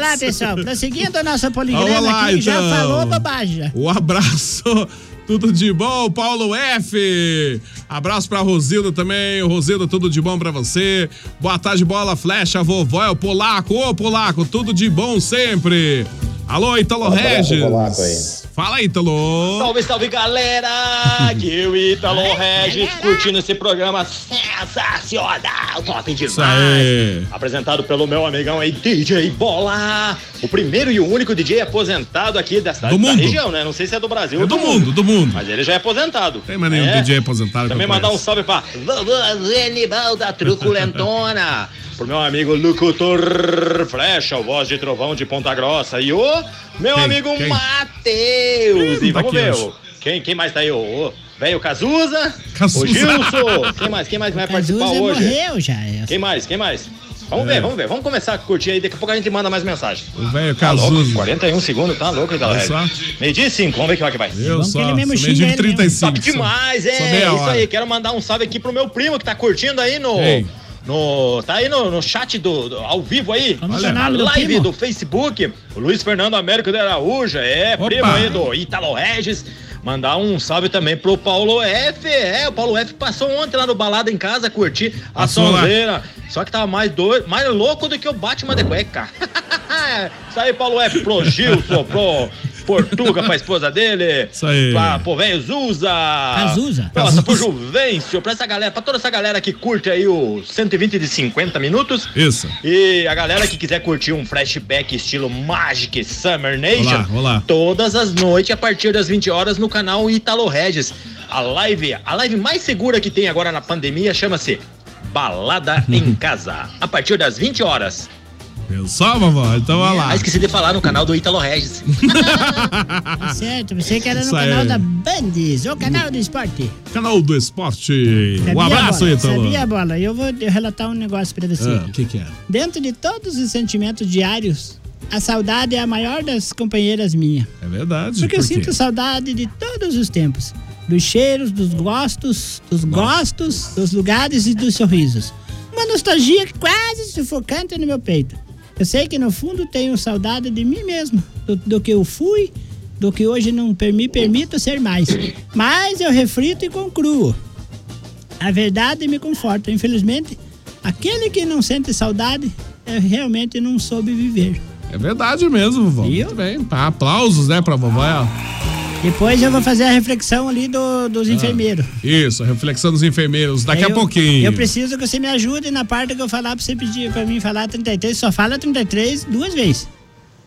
lá, pessoal. Prosseguindo o nosso poligrama Vamos lá, aqui, já então. falou bobagem. Um abraço, tudo de bom, Paulo F. Abraço pra Rosilda também. Rosilda, tudo de bom pra você. Boa tarde, bola, flecha, vovó, é o polaco. Ô, polaco, tudo de bom sempre. Alô, Italo Abraço, Polaco Regis. Fala, Italo. Salve, é salve galera! Aqui o Ítalo Regis curtindo esse programa sensacional, top Isso aí. demais! Apresentado pelo meu amigão aí, DJ Bola! O primeiro e o único DJ aposentado aqui da cidade Do da mundo. região, né? Não sei se é do Brasil É ou do mundo, do mundo. Mas ele já é aposentado. Tem mais nenhum É. DJ aposentado Também que eu mandar um conheço. salve pra Vovô Zenival da Truculentona, pro meu amigo Locutor Flecha, o voz de trovão de Ponta Grossa, e o meu Quem? amigo Quem? Matheus. Ih, E tá vamos aqui ver, hoje. o- quem, quem mais tá aí? O, o velho Cazuza, Cazuza. o Gilson, quem mais, quem mais vai participar Cazuza é hoje? morreu já. Quem mais, quem mais? Vamos É. ver, vamos ver, vamos começar a curtir aí, daqui a pouco a gente manda mais mensagem. O velho Tá louco, Cazuza. 41 segundos, tá louco, galera. Olha só. Meio dia e cinco, vamos ver que vai que vai. Eu só, sou meio de 35. Top demais, sou- sou é. meia Isso hora. aí, quero mandar um salve aqui pro meu primo que tá curtindo aí no. Ei. No, tá aí no, no chat do, do- ao vivo aí. que é o na nome do live primo? do Facebook. O Luiz Fernando Américo de Araújo, é, Opa. primo aí do Italo Regis. Mandar um salve também pro Paulo F. É, o Paulo F passou ontem lá no balada em casa curtir a Passou lá. sonzeira. Só que tava mais doido, mais louco do que o Batman de cueca. Isso aí, Paulo F. Pro Gilson, pro Portuga, pra esposa dele. Isso aí. Pra, pro velho Zuza. Azusa. Nossa, pro Juvencio, pra essa galera, pra toda essa galera que curte aí o 120 de 50 minutos. Isso. E a galera que quiser curtir um flashback estilo Magic Summer Nation, Olá, olá. todas as noites a partir das 20 horas no canal Italo Regis. A live, a live mais segura que tem agora na pandemia chama-se Balada em Casa, a partir das 20 horas. Só, vovó, então olha lá. Ah, esqueci de falar no canal do Italo Regis. Tá certo, você que era no Isso aí. canal da Bandes, o canal do esporte. Canal do Esporte. Sabia, um abraço, bola? Ítalo. Sabia, bola? Eu vou relatar um negócio pra você. Ah, O que que é? Dentro de todos os sentimentos diários, a saudade é a maior das companheiras minha. É verdade. Porque assim eu por quê? sinto saudade de todos os tempos. Dos cheiros, dos gostos, dos gostos, dos lugares e dos sorrisos. Uma nostalgia quase sufocante no meu peito. Eu sei que no fundo tenho saudade de mim mesmo, do, do que eu fui, do que hoje não per- me permito ser mais. Mas eu reflito e concluo. A verdade me conforta. Infelizmente, aquele que não sente saudade eu realmente não soube viver. É verdade mesmo, vovó. Muito bem. Tá, aplausos, né, pra vovó. Depois eu vou fazer a reflexão ali do- dos enfermeiros. Isso, a reflexão dos enfermeiros Ah. daqui Aí a eu- pouquinho. Eu preciso que você me ajude na parte que eu falar pra você pedir pra mim falar 33. Só fala 33 duas vezes.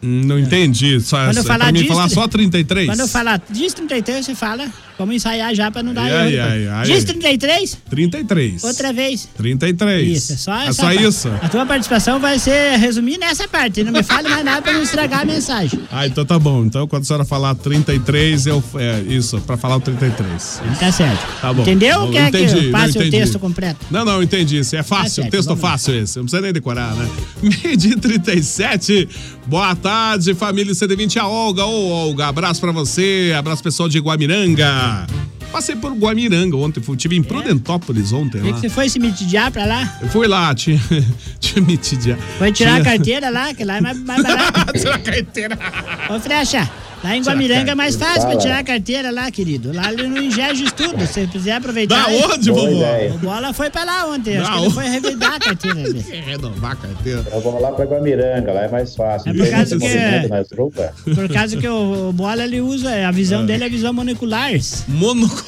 Hum, Não entendi. Só, Quando eu só- falar pra mim disso- falar só 33? Quando eu falar diz 33, você fala. Vamos ensaiar já pra não dar Ai, erro. ai, depois. ai, ai. diz 33, 33. outra vez. 33. Isso, é só, É essa só parte. isso? A tua participação vai ser resumir nessa parte. Não me fale mais nada pra não estragar a mensagem. Ah, então tá bom. Então quando a senhora falar 33, eu. É isso, pra falar o 33. Tá certo. Tá bom. Entendeu? Bom, Quer entendi, que eu não, passe o entendi. texto completo? Não, não, entendi. Isso é fácil, Tá certo, texto vamos fácil esse. Não precisa nem decorar, né? Meio dia e 37. Boa tarde, família CD20. A Olga, ô Olga, abraço pra você. Abraço pessoal de Guamiranga. Passei por Guamiranga ontem, fui, tive em Prudentópolis ontem É que lá. você foi se mitidiar pra lá? Eu fui lá, tinha, tinha metido. Foi tirar a tinha- carteira lá, que lá é mais, mais barato. tirar a carteira. Ô, Frecha, lá em Tirar a Guamiranga é mais carteira. fácil pra Fala. tirar a carteira lá, querido. Lá ele não ingerge isso tudo. Se você quiser aproveitar. Da aí- onde, Boa vovó? ideia. O Bola foi pra lá ontem. Da acho que ele onde? foi revidar a carteira dele. Renovar a carteira. Eu vou lá pra Guamiranga, lá é mais fácil. É por causa que- Nas roupas. Por causa que o, o Bola ele usa, a visão dele é visão monocular. Monocular.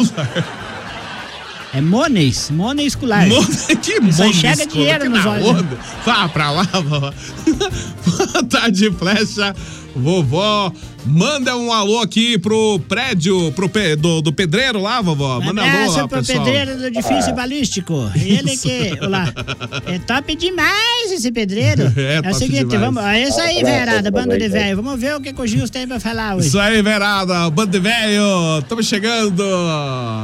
É mones, monescular. Mon- Que Ele Só mundo enxerga escuro, dinheiro que nos da olhos. onda. Vá pra lá, vovó. Boa tarde, flecha. Vovó, manda um alô aqui pro prédio pro pe- do, do pedreiro lá, vovó. Manda um alô lá, Abraço pro pessoal. pedreiro É, do edifício É. balístico. Ele que, olha lá, é top demais esse pedreiro. É o top seguinte, demais. vamos, é isso aí, Abraço, verada, bando de aproveita aí. velho. Vamos ver o que que o Gils tem pra falar hoje. Isso aí, verada. Bando de velho. Estamos chegando.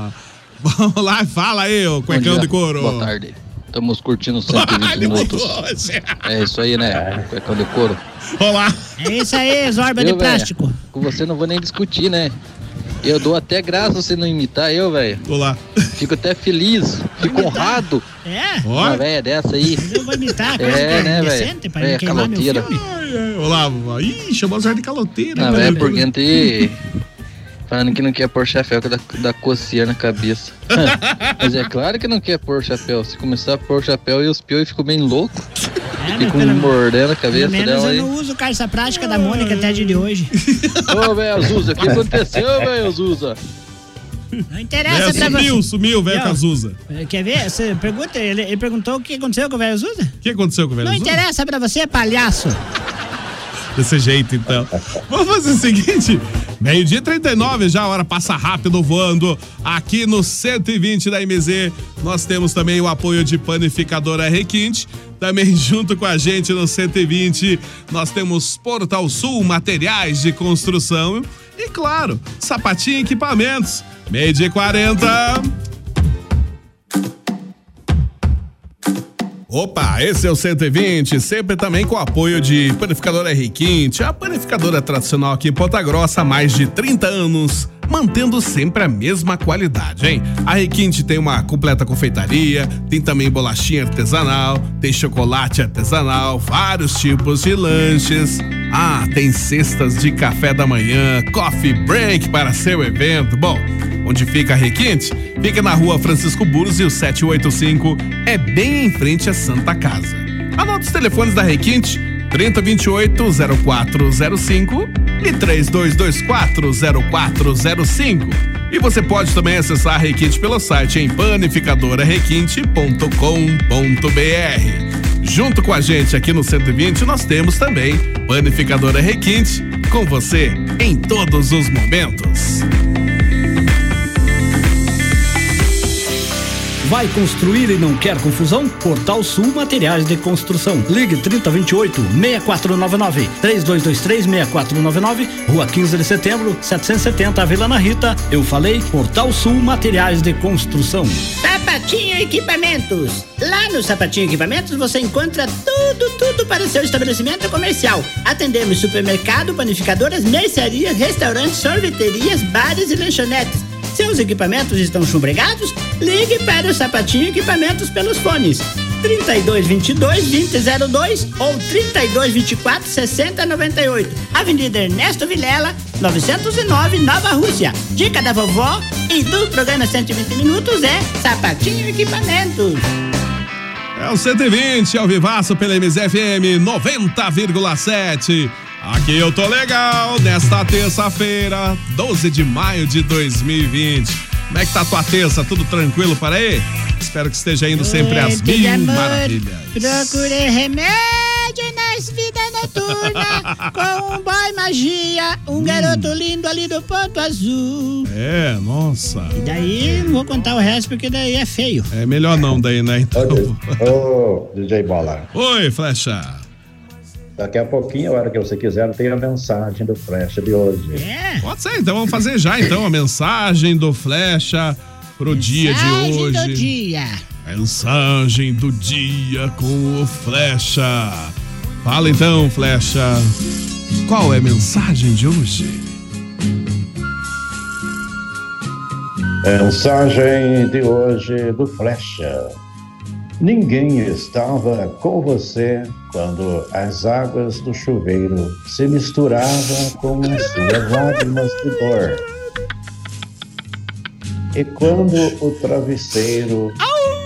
Vamos lá, fala aí, ô cuecão dia, de couro. Boa tarde. Estamos curtindo 120 minutos. É isso aí, né? Cuecão de couro. Olá. É isso aí, Zorba de Eu, véia, plástico. Com você não vou nem discutir, né? Eu dou até graça você não imitar eu, velho. Olá. Fico até feliz, fico honrado. É? Uma velha dessa aí. Eu vou imitar, coisa É, né, decente velho? pra não É, queimar meu caloteira. filme. Olá, vovó. Ih, chamou o Zé de caloteira. Não, hein, velho, meu porque Deus. não tem. Falando que não quer pôr chapéu, que dá, dá coceira na cabeça. Mas é claro que não quer pôr chapéu. Se começar a pôr chapéu, eu os pios ficam bem louco. Ficam mordendo a É, Pelo cabeça menos dela eu aí. não uso calça prática da Mônica até dia de hoje. Ô, velho, Ah, Zuza, o que aconteceu, velho, Zuza? Não interessa É, pra você. sumiu, sumiu, velho Não, É, Cazuza. Quer ver? Você pergunta, ele, ele perguntou o que aconteceu com o velho Azusa? O que aconteceu com o velho Não Cazuza? interessa pra você, palhaço. Desse jeito, então. Vamos fazer o seguinte: meio-dia e 39, já a hora passa rápido voando. Aqui no 120 da MZ, nós temos também o apoio de Panificadora Requinte. Também junto com a gente no 120, nós temos Portal Sul Materiais de Construção. E claro, Sapatinho e Equipamentos. Meio-dia e 40. Opa, esse é o 120, sempre também com o apoio de Panificadora Requinte, a panificadora tradicional aqui em Ponta Grossa há mais de 30 anos, mantendo sempre a mesma qualidade, hein? A Requinte tem uma completa confeitaria, tem também bolachinha artesanal, tem chocolate artesanal, vários tipos de lanches. Ah, tem cestas de café da manhã, coffee break para seu evento. Bom, Onde fica a Requinte? Fica na rua Francisco Búzios 785, é bem em frente à Santa Casa. Anota os telefones da Requinte: 3028-0405 e 3224-0405. E você pode também acessar a Requinte pelo site em panificadorarequinte.com.br. Junto com a gente aqui no 120, nós temos também Panificadora Requinte, com você em todos os momentos. Vai construir e não quer confusão? Portal Sul Materiais de Construção. Ligue 3028 6499 3223 6499, Rua 15 de Setembro, 770 Vila Ana Rita. Eu falei Portal Sul Materiais de Construção. Sapatinho Equipamentos. Lá no Sapatinho Equipamentos você encontra tudo, tudo para seu estabelecimento comercial. Atendemos supermercado, panificadoras, mercearias, restaurantes, sorveterias, bares e lanchonetes. Seus equipamentos estão chumbregados? Ligue para o Sapatinho Equipamentos pelos fones 3222-2002 ou 3224-6098. Avenida Ernesto Vilela, 909, Nova Rússia. Dica da vovó e do programa 120 Minutos é Sapatinho Equipamentos. É o 120 ao vivaço pela MZFM 90,7. Aqui eu tô legal nesta terça-feira, 12 de maio de 2020. Como é que tá a tua terça? Tudo tranquilo para aí? Espero que esteja indo sempre às Noite de mil amor. maravilhas. Procurei remédio nas vidas noturnas com um boy magia, um Hum. garoto lindo ali do ponto azul. É, nossa. E daí não vou contar o resto porque daí é feio. É melhor não daí, né? Então. Ô, DJ Bola. Oi, Flecha. Daqui a pouquinho, a hora que você quiser, tem a mensagem do Flecha de hoje. É. Pode ser, então vamos fazer já então a mensagem do Flecha pro dia de Mensagem hoje. do dia. Mensagem do dia com o Flecha. Fala então, Flecha. Qual é a mensagem de hoje? Mensagem de hoje do Flecha. Ninguém estava com você quando as águas do chuveiro se misturavam com as suas lágrimas de dor. E quando o travesseiro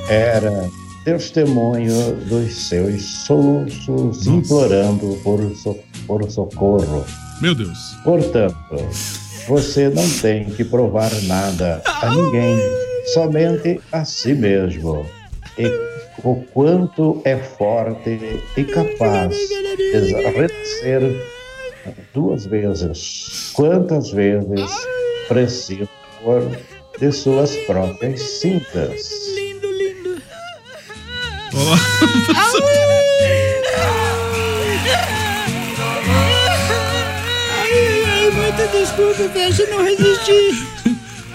era testemunho dos seus soluços implorando por, so- por socorro. Meu Deus. Portanto, você não tem que provar nada a ninguém, somente a si mesmo. E o quanto é forte e capaz de reconhecer duas vezes, quantas vezes precisa por de suas próprias cintas. Ai, ai, muita desculpa, Fecha, não resisti.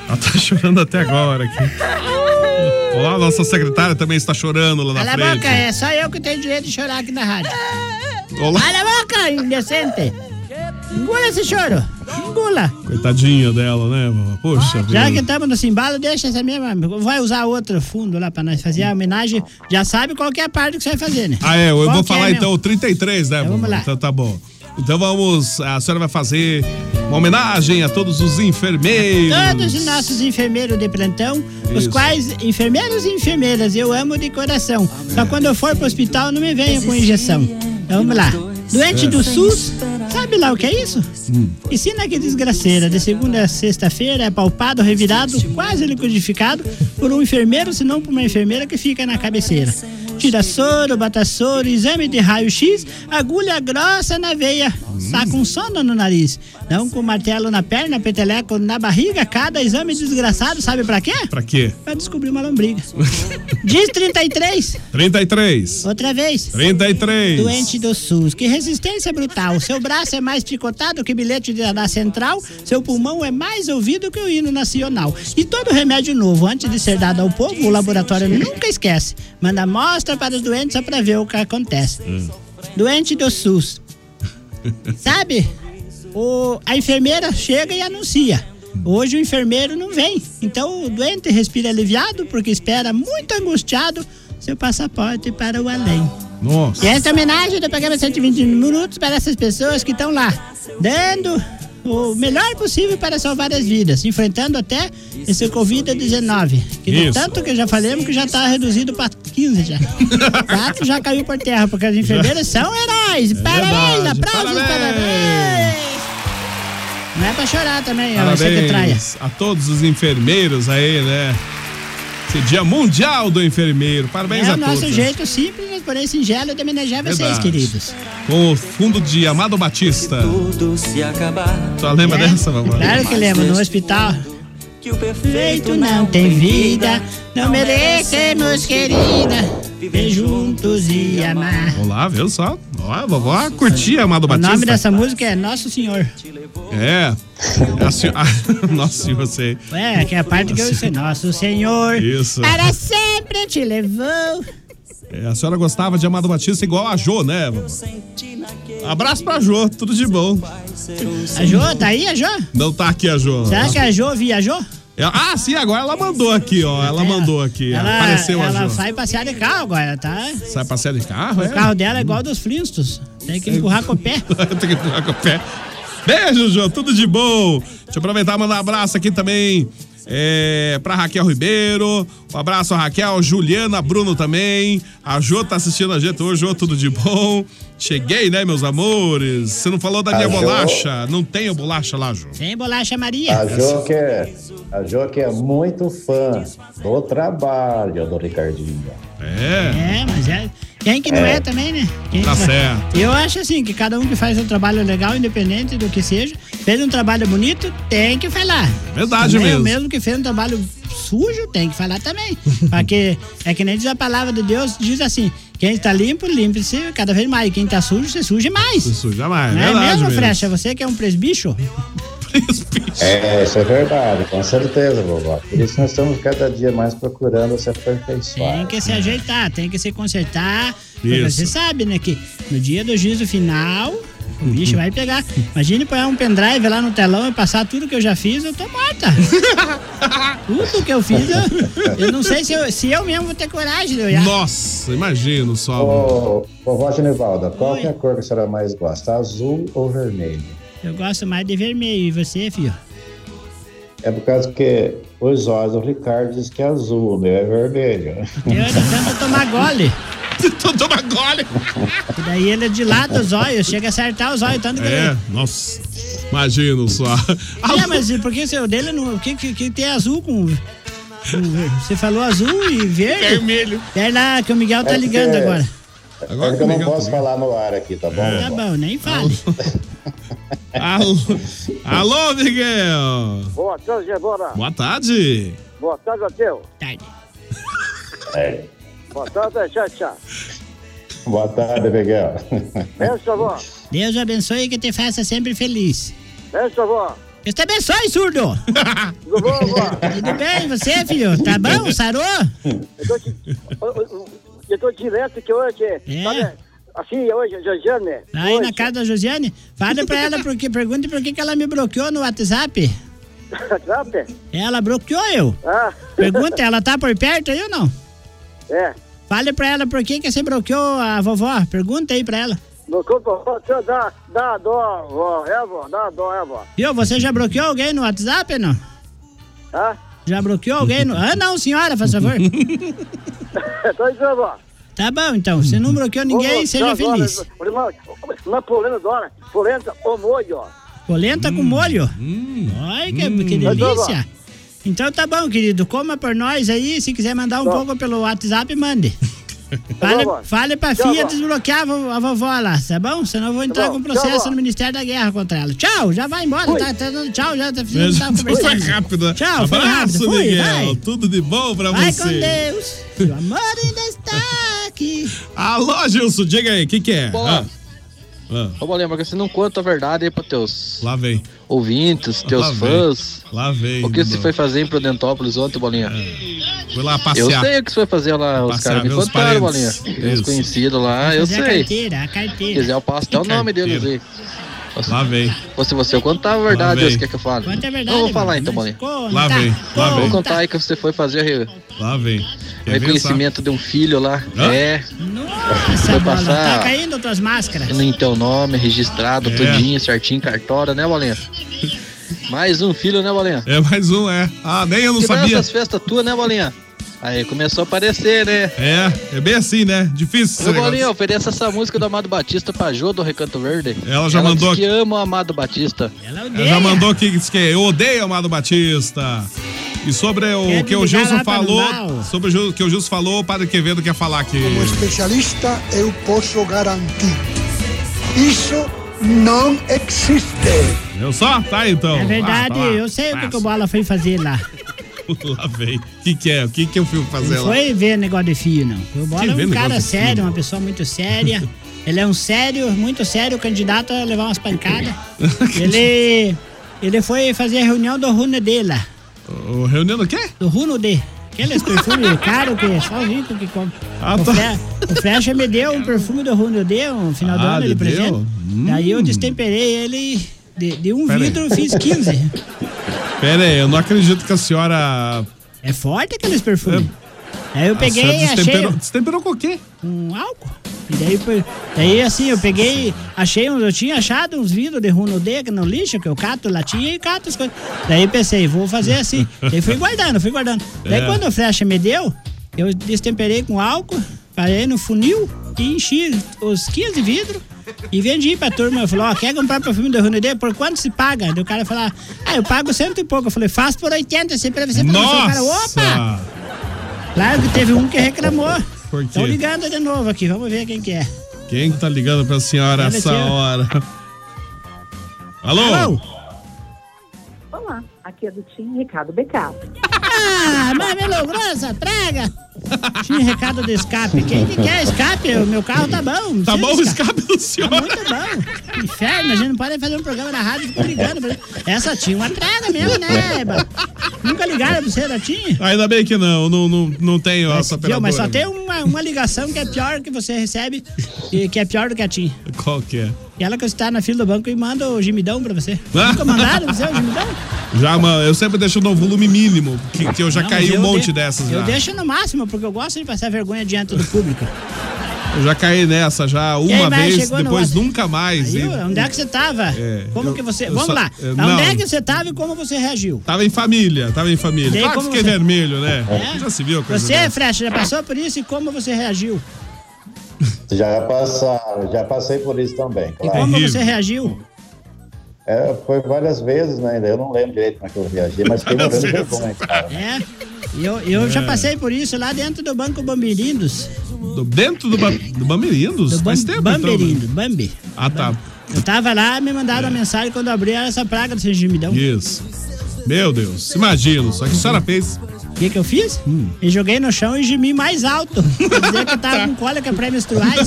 Ela tá chorando até agora aqui. Olá, a nossa secretária também está chorando lá na Cala a frente. boca, é só eu que tenho direito de chorar aqui na rádio. Olá. Cala a boca, indecente. Engula esse choro. Engula. Coitadinha dela, né, vovó? Poxa é. Já que tá- vida. estamos no cimbalo, deixa essa mesma. Vai usar outro fundo lá pra nós fazer a homenagem. Já sabe qual que é a parte que você vai fazer, né? Ah, é, eu Qual vou que é falar mesmo? então o 33, né? vovó? vamos lá. Então tá bom. Então vamos, a senhora vai fazer uma homenagem a todos os enfermeiros. Todos os nossos enfermeiros de plantão, os Isso. quais, enfermeiros e enfermeiras, eu amo de coração. Só quando eu for pro hospital, não me venha com injeção. Então, vamos lá. Doente É. do SUS, sabe lá o que é isso? Hum. Ensina que desgraceira. De segunda a sexta-feira é palpado, revirado, quase liquidificado por um enfermeiro, se não por uma enfermeira que fica na cabeceira. Tira soro, bata soro, exame de raio-x, agulha grossa na veia, saca um sono no nariz. Não com martelo na perna, peteleco na barriga, cada exame desgraçado sabe pra quê? Pra quê? Pra descobrir uma lombriga. Diz 33, 33. outra vez. 33. Doente do SUS, que resistência brutal. Seu braço é mais picotado que bilhete de- da central, seu pulmão é mais ouvido que o hino nacional. E todo remédio novo, antes de ser dado ao povo, o laboratório nunca esquece. Manda amostra para os doentes só para ver o que acontece. É. Doente do SUS. Sabe? O, a enfermeira chega e anuncia. Hoje o enfermeiro não vem. Então o doente respira aliviado porque espera muito angustiado seu passaporte para o além. Nossa. E essa homenagem do programa 120 Minutos para essas pessoas que estão lá, dando o melhor possível para salvar as vidas, enfrentando até esse Covid-19. Que Isso. do tanto que já falamos que já está reduzido para 15 já. 4 já caiu por terra, porque as enfermeiras são heróis. Parabéns, É verdade. aplausos, parabéns. Não é pra chorar também, ó, você que traia. Parabéns a todos os enfermeiros aí, né? Esse dia mundial do enfermeiro. Parabéns É a o nosso todos. jeito simples, mas porém singelo de homenagear vocês, Verdade. queridos. Com o fundo de Amado Batista. Tudo se acabar. Só lembra É, dessa, vovó? Claro que lembro, no hospital. Que o perfeito não tem vida, não merecemos, querida, viver juntos e amar. Olá, viu só? Ó, a vovó curtia Amado O Batista. nome dessa música é Nosso Senhor. É. É a senhora... Nossa, se você... É, que é a parte que eu sei. Nosso Senhor. Isso. Para sempre te levou. É, a senhora gostava de Amado Batista igual a Jô, né? vovó? Abraço pra Jô, tudo de bom. A Jô, tá aí a Jô? Não tá aqui a Jô. Será que a Jô viajou? Ela- Ah, sim, agora ela mandou aqui, ó. Ela mandou aqui. É. Ela, apareceu a ela Jô. sai passear de carro agora, tá? Sai passear de carro, é? O carro dela é igual ao dos Flintstones. Tem que empurrar com o pé. Tem que empurrar com o pé. Beijo, Jô. Tudo de bom. Deixa eu aproveitar e mandar um abraço aqui também É, pra Raquel Ribeiro. Um abraço a Raquel, Juliana, Bruno também. A Jô tá assistindo a gente hoje, Jô, tudo de bom. Cheguei, né, meus amores? Você não falou da minha A Jô- bolacha? Não tenho bolacha lá, Jô. Sem bolacha Maria. A Jo que é, a Jo que é muito fã do trabalho do Ricardinho. É, mas é. Quem que não é, É. também, né? Quem Tá que não é? certo. Eu acho assim, que cada um que faz um trabalho legal, independente do que seja, fez um trabalho bonito, tem que falar. Verdade Também, mesmo. Mesmo que fez um trabalho sujo, tem que falar também. Porque é que nem diz a palavra de Deus, diz assim, quem está limpo, limpe-se cada vez mais. Quem está sujo, se suje mais. Se suja mais, Não é verdade mesmo, mesmo. Frecha? Você que é um presbicho? É, isso é verdade, com certeza, vovó. Por isso nós estamos cada dia mais procurando se aperfeiçoar. Tem que É. se ajeitar, tem que se consertar. Porque Isso. Você sabe, né, que no dia do juízo final, o bicho vai pegar. Imagine pôr um pendrive lá no telão e passar tudo que eu já fiz, eu tô morta. tudo que eu fiz, eu, eu não sei se eu, se eu mesmo vou ter coragem de olhar. Nossa, imagino só. Ô, vovó Genivalda, qual que é a cor que a senhora mais gosta? Azul ou vermelho? Eu gosto mais de vermelho. E você, filho? É por causa que os olhos do Ricardo dizem que é azul, o meu é vermelho. Tanto tomar gole. Tanto tomar gole. E daí ele dilata os olhos, chega a acertar os olhos, tanto que É, ele... nossa. Imagino só. É, mas e por que o seu dele não. O que, que, que tem azul com. com- Você falou azul e verde? Vermelho. É lá que o Miguel tá É ligando porque- agora. Agora que eu não legal, posso falar no ar aqui, tá bom? É. É. Tá bom, nem fale. Alô, alô, Miguel. Boa tarde, Gebora. Boa tarde. Boa tarde, Matheus. Tarde. Boa tarde, Chacha. É. Boa tarde, Miguel. Benção, vó. Deus abençoe e que te faça sempre feliz. Benção, vó. Deus te abençoe, surdo! Tudo bom, vó? Tudo bem, você, filho? Tá bom? Sarou? Eu tô direto aqui hoje. É. Sabe, assim, hoje, Jojane. Aí na casa da Josiane, fala pra ela porque pergunte por que que ela me bloqueou no WhatsApp. WhatsApp? Ela bloqueou eu. Ah. Pergunta, ela tá por perto aí ou não? É. Fale pra ela por que que você bloqueou a vovó. Pergunta aí pra ela. Não culpa, vó. Você dá, dá dó, vó. É, vó. Dá dó, é, vó. Viu, você já bloqueou alguém no WhatsApp ou não? Hã? Já bloqueou alguém no... Ah, não, senhora, faz favor. Tô dizendo, vó. tá bom, então. Se não bloqueou ninguém, seja feliz. Irmão, na polenta, dora. Polenta, ô molho, ó. Polenta com Hum. molho. Olha que, que Hum. delícia. Então tá bom, querido. Coma por nós aí. Se quiser mandar um pouco pelo WhatsApp, mande. Tá. Fale, bom. fale pra Tchau, filha vó. desbloquear a vo- a vovó lá, tá bom? Senão eu vou entrar bom. com Tchau, processo vó. no Ministério da Guerra contra ela. Tchau, já vai embora. Tá, tá dando tchau, já tá, Foi tá conversando. rápido. né? Tchau, foi Abraço, rápido. Fui, Miguel. vai. Tudo de bom pra Vai você. com Deus. Meu amor em destaque. Alô, Gilson, diga aí, o que, que é? Bola. Ah. Ô, Bolinha, porque você não conta a verdade aí pra teus Lá vem. ouvintes, teus Ah, Lá vem. fãs. Lá vem. O que você Dudu. foi fazer em Prudentópolis ontem, Bolinha? Foi lá Eu passear. sei o que você foi fazer lá, os Passear, caras me ver os contaram, Bolinha. parentes. Os Isso. conhecidos lá, Vai eu fazer a sei. carteira, a Se carteira. quiser, eu passo até o nome deles aí. Lá vem. Ou se você contar a verdade, vem. você quer que eu fale? Conta a é verdade, Não vou falar mano, então, tá, mas Bolinha. conta, Lá vem, lá vem. Vou contar aí que você foi fazer re- Lá vem. Quer reconhecimento de um filho lá. Hã? É. Nossa, Vai bola. Tá passar- caindo tuas máscaras. Em teu nome, registrado, É. tudinho, certinho, cartório, né, Bolinha? Mais um filho, né, Bolinha? É mais um, é. Ah, nem eu não que sabia. essas festas tuas, né, Bolinha? Aí começou a aparecer, né? É, é bem assim, né? Difícil Ô, esse Bolinha, negócio. ofereça essa música do Amado Batista pra Jô do Recanto Verde. Ela já mandou Diz que ama o Amado Batista. Ela já mandou que diz que eu odeio Amado Batista. E sobre o Quer que o ligar Gilson lá pra falou, Nubal? sobre o Gil- que o Gilson falou, o Padre Quevedo quer falar aqui. Como especialista, eu posso garantir. Isso não existe. Eu só? Tá então. É verdade, Ah, tá lá. eu sei o que, que o Bola foi fazer lá. Lá vem. O que, que é? O que, que eu fui fazer Não lá? foi ver negócio de fio, não. O Bola ver é um negócio cara de fio, sério, uma pessoa muito séria. Ele é um sério, muito sério candidato a levar umas pancadas. ele, ele foi fazer a reunião do Runo D lá. O reunião do quê? Do Runo D. Aqueles perfumes caros que é só rico que compra. Ah, o, tá. Fre- o Flecha me deu um perfume do Runo D, um final do Ah, ano, ele ele presente. deu? Daí eu Hum. destemperei ele de, de um Pera aí. vidro, fiz 15. Pera aí, eu não acredito que a senhora. É É. Ah, forte aqueles perfumes. Aí eu peguei e achei. destemperou, destemperou com o quê? Um álcool? E daí, foi- daí assim, eu peguei, achei uns, eu tinha achado uns vidros de Runodega no lixo, que eu cato latinha e cato as coisas. Daí pensei, vou fazer assim. daí fui guardando, fui guardando. Daí É. quando a flecha me deu, eu destemperei com álcool, parei no funil e enchi os 15 vidros. E vendi pra turma, eu falei, ó, quer comprar perfume da Runodê? Por quanto se paga? Daí o cara falou, ah, eu pago cento e pouco. Eu falei, faço por 80, assim, pra você pra você. O cara, opa! Claro que teve um que reclamou. Por quê? Estão ligando de novo aqui, vamos ver quem que é. Quem tá ligando pra senhora Olha essa aqui, ó. hora? Alô? Olá, aqui é do Tim Ricardo Backup. Ah, mas grossa, traga! Tinha recado do escape. Quem que quer escape? O meu carro tá bom. não Tá precisa bom de o do senhor. Tá muito bom. Inferno, a gente não pode fazer um programa na rádio e ficar ligando. pra- Essa tinha uma traga mesmo, né, Eba? Nunca ligaram pra você da Tinha? Ainda bem que não, não, não, não tenho essa Viu? operadora. Mas só tem uma, uma ligação que é pior que você recebe e que é pior do que a Tim. Qual que é? E ela que está na fila do banco e manda o gemidão pra você. Ah. Nunca mandaram pra você o gemidão? Já, mano, eu sempre deixo no volume mínimo, que, que eu já Não, caí mas um eu monte de- dessas Eu já. deixo no máximo, porque eu gosto de passar vergonha diante do público. Eu já caí nessa já E aí uma vai, vez, chegou no depois WhatsApp. nunca mais. Aí, e- onde é que você tava? É, como eu- que você. eu Vamos só- lá. eu- não. onde é que você tava e como você reagiu? Tava em família, tava em família. Daí, claro que como fiquei você- É? vermelho, né? Já se viu a coisa Você, dessa? Frecha, já passou por isso e como você reagiu? Já passaram, já passei por isso também, claro. Como você reagiu? É, foi várias vezes, né? Eu não lembro direito como é que eu reagi, mas fiquei morrendo de vergonha, cara. É. E Eu, eu É. já passei por isso lá dentro do Banco Bambirindos. dentro do, ba... do Bamberindos? Do Faz Bam- tempo, Bamberindo, então. né? Bambi. Ah, tá. Eu tava lá, me mandaram É. uma mensagem quando eu abri era essa praga do gemidão. Isso. Meu Deus, imagino. Só que a senhora fez. Hum. O que, que eu fiz? E joguei no chão e gemi mais alto. Pra dizer que eu tava com cólica pré-menstruais.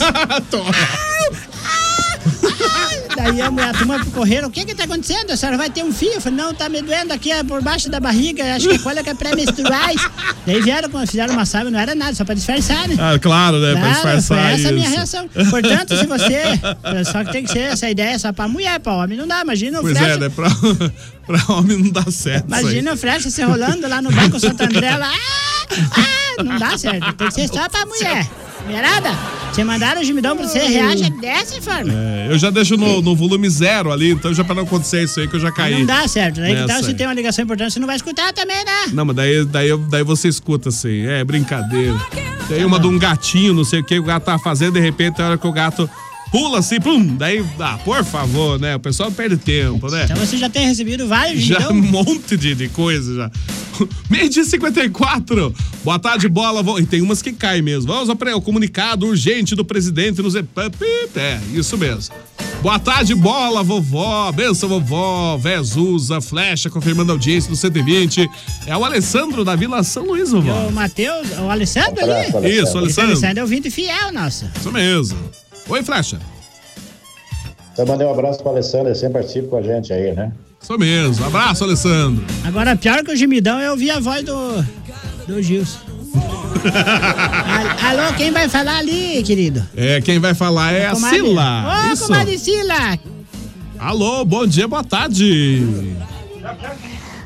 Daí a, mulher, a turma correram, o que que tá acontecendo? A senhora vai ter um filho? Eu falei, não, tá me doendo aqui é por baixo da barriga, acho que é cólica pré-menstruais. Daí vieram, quando fizeram uma sábio, não era nada, só pra disfarçar, né? Ah, claro, né? pra Claro, disfarçar foi essa isso. a minha reação. Portanto, se você... Só que tem que ser essa ideia só pra mulher, pra homem não dá, imagina o Pois Fred é, né? Pra, pra homem não dá certo. isso aí. Imagina o Frecha se rolando lá no Banco Santo André lá. Ah, ah, não dá certo. Tem que ser só pra mulher. Mulherada, você mandaram o gemidão pra você, reage dessa forma. É, eu já deixo no, no volume zero ali, então já pra não acontecer isso aí que eu já caí. Não dá certo. Daí que Nessa tal se aí. tem uma ligação importante, você não vai escutar também, né? Não, mas daí, daí, eu- daí você escuta assim, é brincadeira. Tem uma de um gatinho, não sei o que o gato tá fazendo, de repente, a hora que o gato pula assim, pum, daí, ah, por favor, né? O pessoal perde tempo, né? Então você já tem recebido vários Já um gemidão. monte de, de coisa já. Meio dia e 54. Boa tarde, bola. Vou- E tem umas que caem mesmo. Vamos para o comunicado urgente do presidente nos. É, isso mesmo. Boa tarde, bola, vovó. Benção, vovó. Vezusa, flecha, confirmando a audiência do 120. É o Alessandro da Vila São Luís, E vovó. o Matheus, o Alessandro ali. Abraço, Alessandro. Isso, Alessandro. Esse Alessandro é ouvinte fiel, nossa. Isso mesmo. Oi, flecha. Então mandei um abraço para Alessandro, ele sempre participa com a gente aí, né? Isso mesmo. Abraço, Alessandro. Agora, pior que o gemidão, eu ouvi a voz do, do Gilson. Al- Alô, quem vai falar ali, querido? É, quem vai falar é a Comadre. Sila. Ô, Isso. comadre Sila, Alô, bom dia, boa tarde.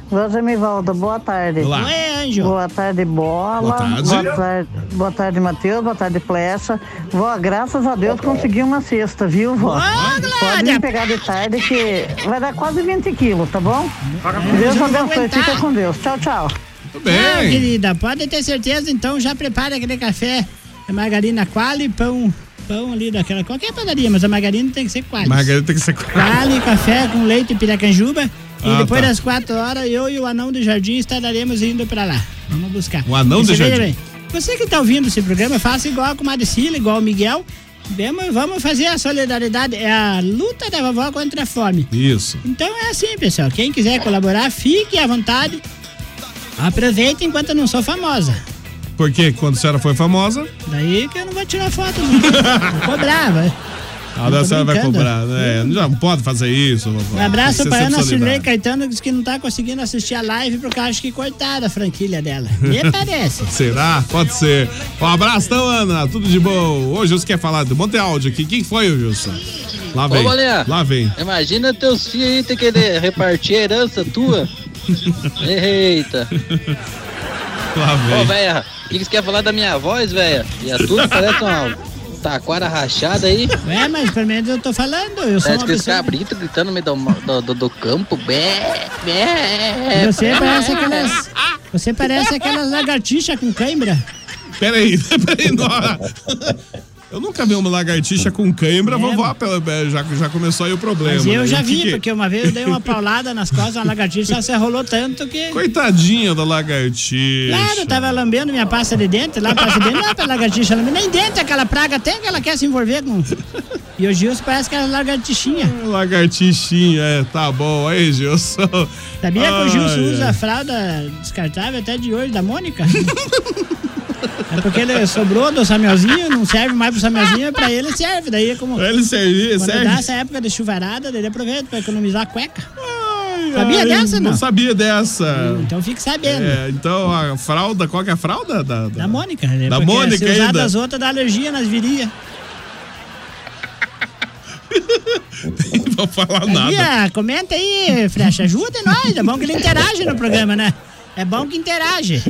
Rosa Mivaldo, boa tarde. Olá. é, Oi, Anjo. Boa tarde, Bola. Boa tarde. Boa tarde, boa tarde, Matheus. Boa tarde, Flecha. Vó, graças a Deus consegui uma cesta, viu, vó? Pode me pegar de tarde que vai dar quase 20 quilos, tá bom? Deus Não vou abençoe. aguentar. Fica com Deus. Tchau, tchau. Não, Ah, querida, pode ter certeza, então já prepara aquele café, margarina quali, pão, pão ali daquela, qualquer padaria, mas a margarina tem que ser quali. Margarida tem que ser. Quali, café com leite e piracanjuba. Ah, e depois tá. das quatro horas, eu e o anão do jardim estaremos indo pra lá. Vamos buscar. O anão E do você veja jardim. Você que tá ouvindo esse programa, faça igual com a Maricila, igual o Miguel. Vamos, vamos fazer a solidariedade, é a luta da vovó contra a fome. Isso. Então é assim, pessoal. Quem quiser colaborar, fique à vontade. Aproveita enquanto eu não sou famosa. Porque quando a senhora foi famosa, Daí que eu não vou tirar foto. Não. Vou cobrar, vai. a tô senhora vai Ah, tá brincando. Hum. cobrar, né? Já não pode fazer isso. é vovó. Um Tem abraço que pra ser Ana sempre Cirlei solidário. Caetano, que diz que não tá conseguindo assistir a live porque acho que cortaram a franquilha dela. é Me parece. Será? Pode ser. Um abraço, então, Ana. Tudo de bom. Ô, Gilson quer falar. Bom ter áudio aqui. Quem foi, ô, Gilson? Lá Ô, vem. Bolinha. Lá vem. Imagina teus filhos aí ter que de- repartir a herança tua. Eita. Lá Ô, vem. velha, o que que você quer falar da minha voz, velha? E é a tua parece uma taquara rachada aí. É, mas pelo menos eu tô falando. Eu sou Parece uma que esse pessoa. cabrito gritando no meio do, do, do- do campo. Bé, bé. Você parece aquelas. Você parece aquelas lagartixas com cãibra. Peraí, peraí, Nora. Eu nunca vi uma lagartixa com cãibra, vovó, pela- eh, já, já começou aí o problema. Mas eu né? já E que vi, que- porque uma vez eu dei uma paulada nas costas, uma lagartixa se rolou tanto que. Coitadinha da lagartixa. Claro, eu tava lambendo minha pasta de dente, lá pasta de dente, não é pra lagartixa lamber, nem dentro aquela praga tem que ela quer se envolver com. E o Gilson parece que é lagartixinha. Hum, Lagartixinha, é, tá bom. Aí, Gilson. Sabia que o Gilson Ai, usa ai. fralda descartável até de hoje da Mônica? É porque ele sobrou do Samuelzinho, não serve mais pro Samuelzinho, é pra ele serve. Daí é como. Pra ele servir, Quando serve. dá essa época de chuvarada, daí ele aproveita pra economizar a cueca. sabia Ai, dessa, não? Não sabia dessa. Então fique sabendo. É, então a fralda, qual que é a fralda? Da, da... Da Mônica, né? Da Porque Mônica se usar ainda. das outras, dá alergia nas virias. Não vou falar Aí, nada. ah, comenta aí, Frecha, ajuda nós. É bom que ele interage no programa, né? É bom que interage.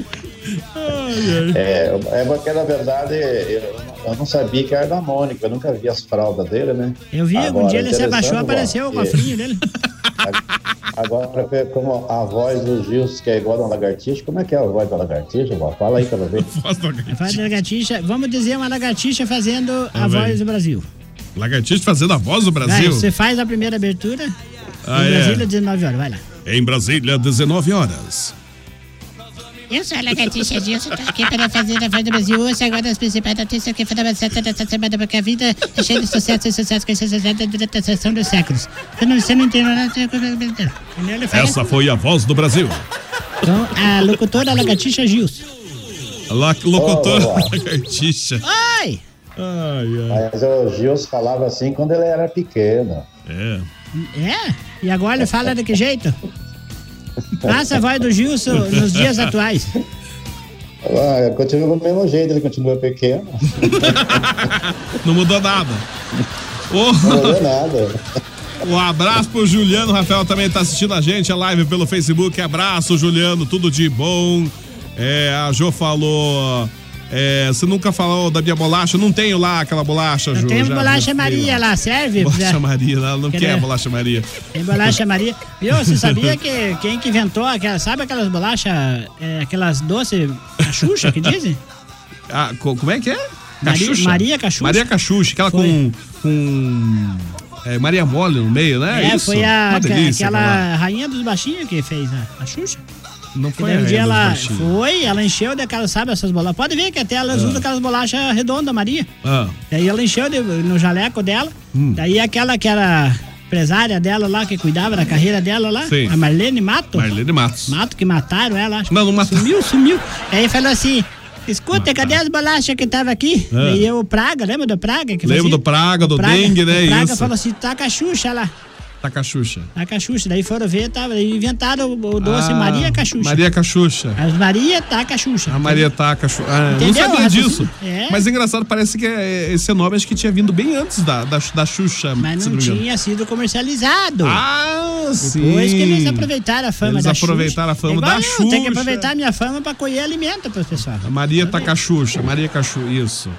É, é porque na verdade eu, eu não sabia que era da Mônica, eu nunca vi as fraldas dele, né? Eu vi, algum Agora, dia ele se abaixou, interessante, apareceu o Val, que- cofrinho dele. Agora, como a voz do Gilson que é igual a da lagartixa, como é que é a voz da lagartixa, vó? Fala aí pra eu ver. A voz da lagartixa, vamos dizer uma lagartixa fazendo a Vamos ver. voz do Brasil. Lagartixa fazendo a voz do Brasil. Vai, você faz a primeira abertura. Ah, em é. Brasília, 19 horas, vai lá. Em Brasília, 19 horas. Eu sou a Lagartixa Gilson, tô aqui para fazer a voz do Brasil. Ouça agora as principais notícias que foram avançadas dessa semana, porque a vida é cheia de sucesso e sucesso que se sucede durante a sessão dos séculos. Você não, você não entendeu nada. Entendeu? É. Ele fala- Essa foi a voz do Brasil. Então, a locutora Lagartixa Gilson. La locutora Ô, vovó. lagartixa. Ai! Mas o Gilson falava assim quando ele era pequeno. É. É? E agora ele fala de que jeito? Faça a voz do Gilson nos dias atuais. Ah, continua do mesmo jeito, ele continua pequeno. Não mudou nada. Não mudou nada. Um abraço pro Juliano. O Rafael também tá assistindo a gente, a live pelo Facebook. Abraço, Juliano. Tudo de bom. É, a Jo falou. é, você nunca falou da minha bolacha? Não tenho lá aquela bolacha, Ju. Tem já- bolacha já- Maria lá, serve? Bolacha Maria, ela não Quer quer ver? bolacha Maria. Tem bolacha Maria. Viu, você sabia que quem que inventou aquela, sabe aquelas bolachas, é, aquelas doces, a Xuxa que dizem? Ah, co- como é que é? Maria- Maria Cachucha. Maria Cachucha, aquela com. com é, Maria Mole no meio, né? É, Isso? foi a, Uma delícia aquela aquela. rainha dos baixinhos que fez a, a Xuxa. Não Que foi daí a um dia rainha dos ela baixinhos. foi, ela encheu daquelas, sabe, essas bolachas. Pode ver que até elas Ah. usam aquelas bolachas redondas, Maria. Ah, Daí ela encheu de- no jaleco dela. Hum. Daí aquela que era empresária dela lá, que cuidava da carreira dela lá, Sim. a Marlene Mato. Marlene Matos. Mato que mataram ela, acho. Não, não mataram. Sumiu, sumiu. Aí falou assim: escuta, cadê as bolachas que tava aqui? Ah. E eu, Praga, lembra do Praga? Que Lembro fazia? do Praga, do Dengue, né? o Praga Isso. falou assim: tá a Xuxa lá. Tá Cachucha. A Cachucha, daí foram ver, tava, daí inventaram o, o doce Ah, Maria Cachucha. Maria Cachucha. As Maria tá a Cachucha. A Maria tá Cachucha. Ah, não Entendeu o sabia raciocínio? disso. É. Mas engraçado, parece que é- esse nome acho que tinha vindo bem antes da, da, da Xuxa. Mas se não me engano. tinha sido comercializado. Ah, Depois sim. que eles aproveitaram a fama Eles da aproveitaram a Xuxa. fama Igual da eu, Tem que Xuxa. aproveitar a minha fama pra colher alimento pros pessoal. A Maria tá Cachucha. Maria Cachucha, isso.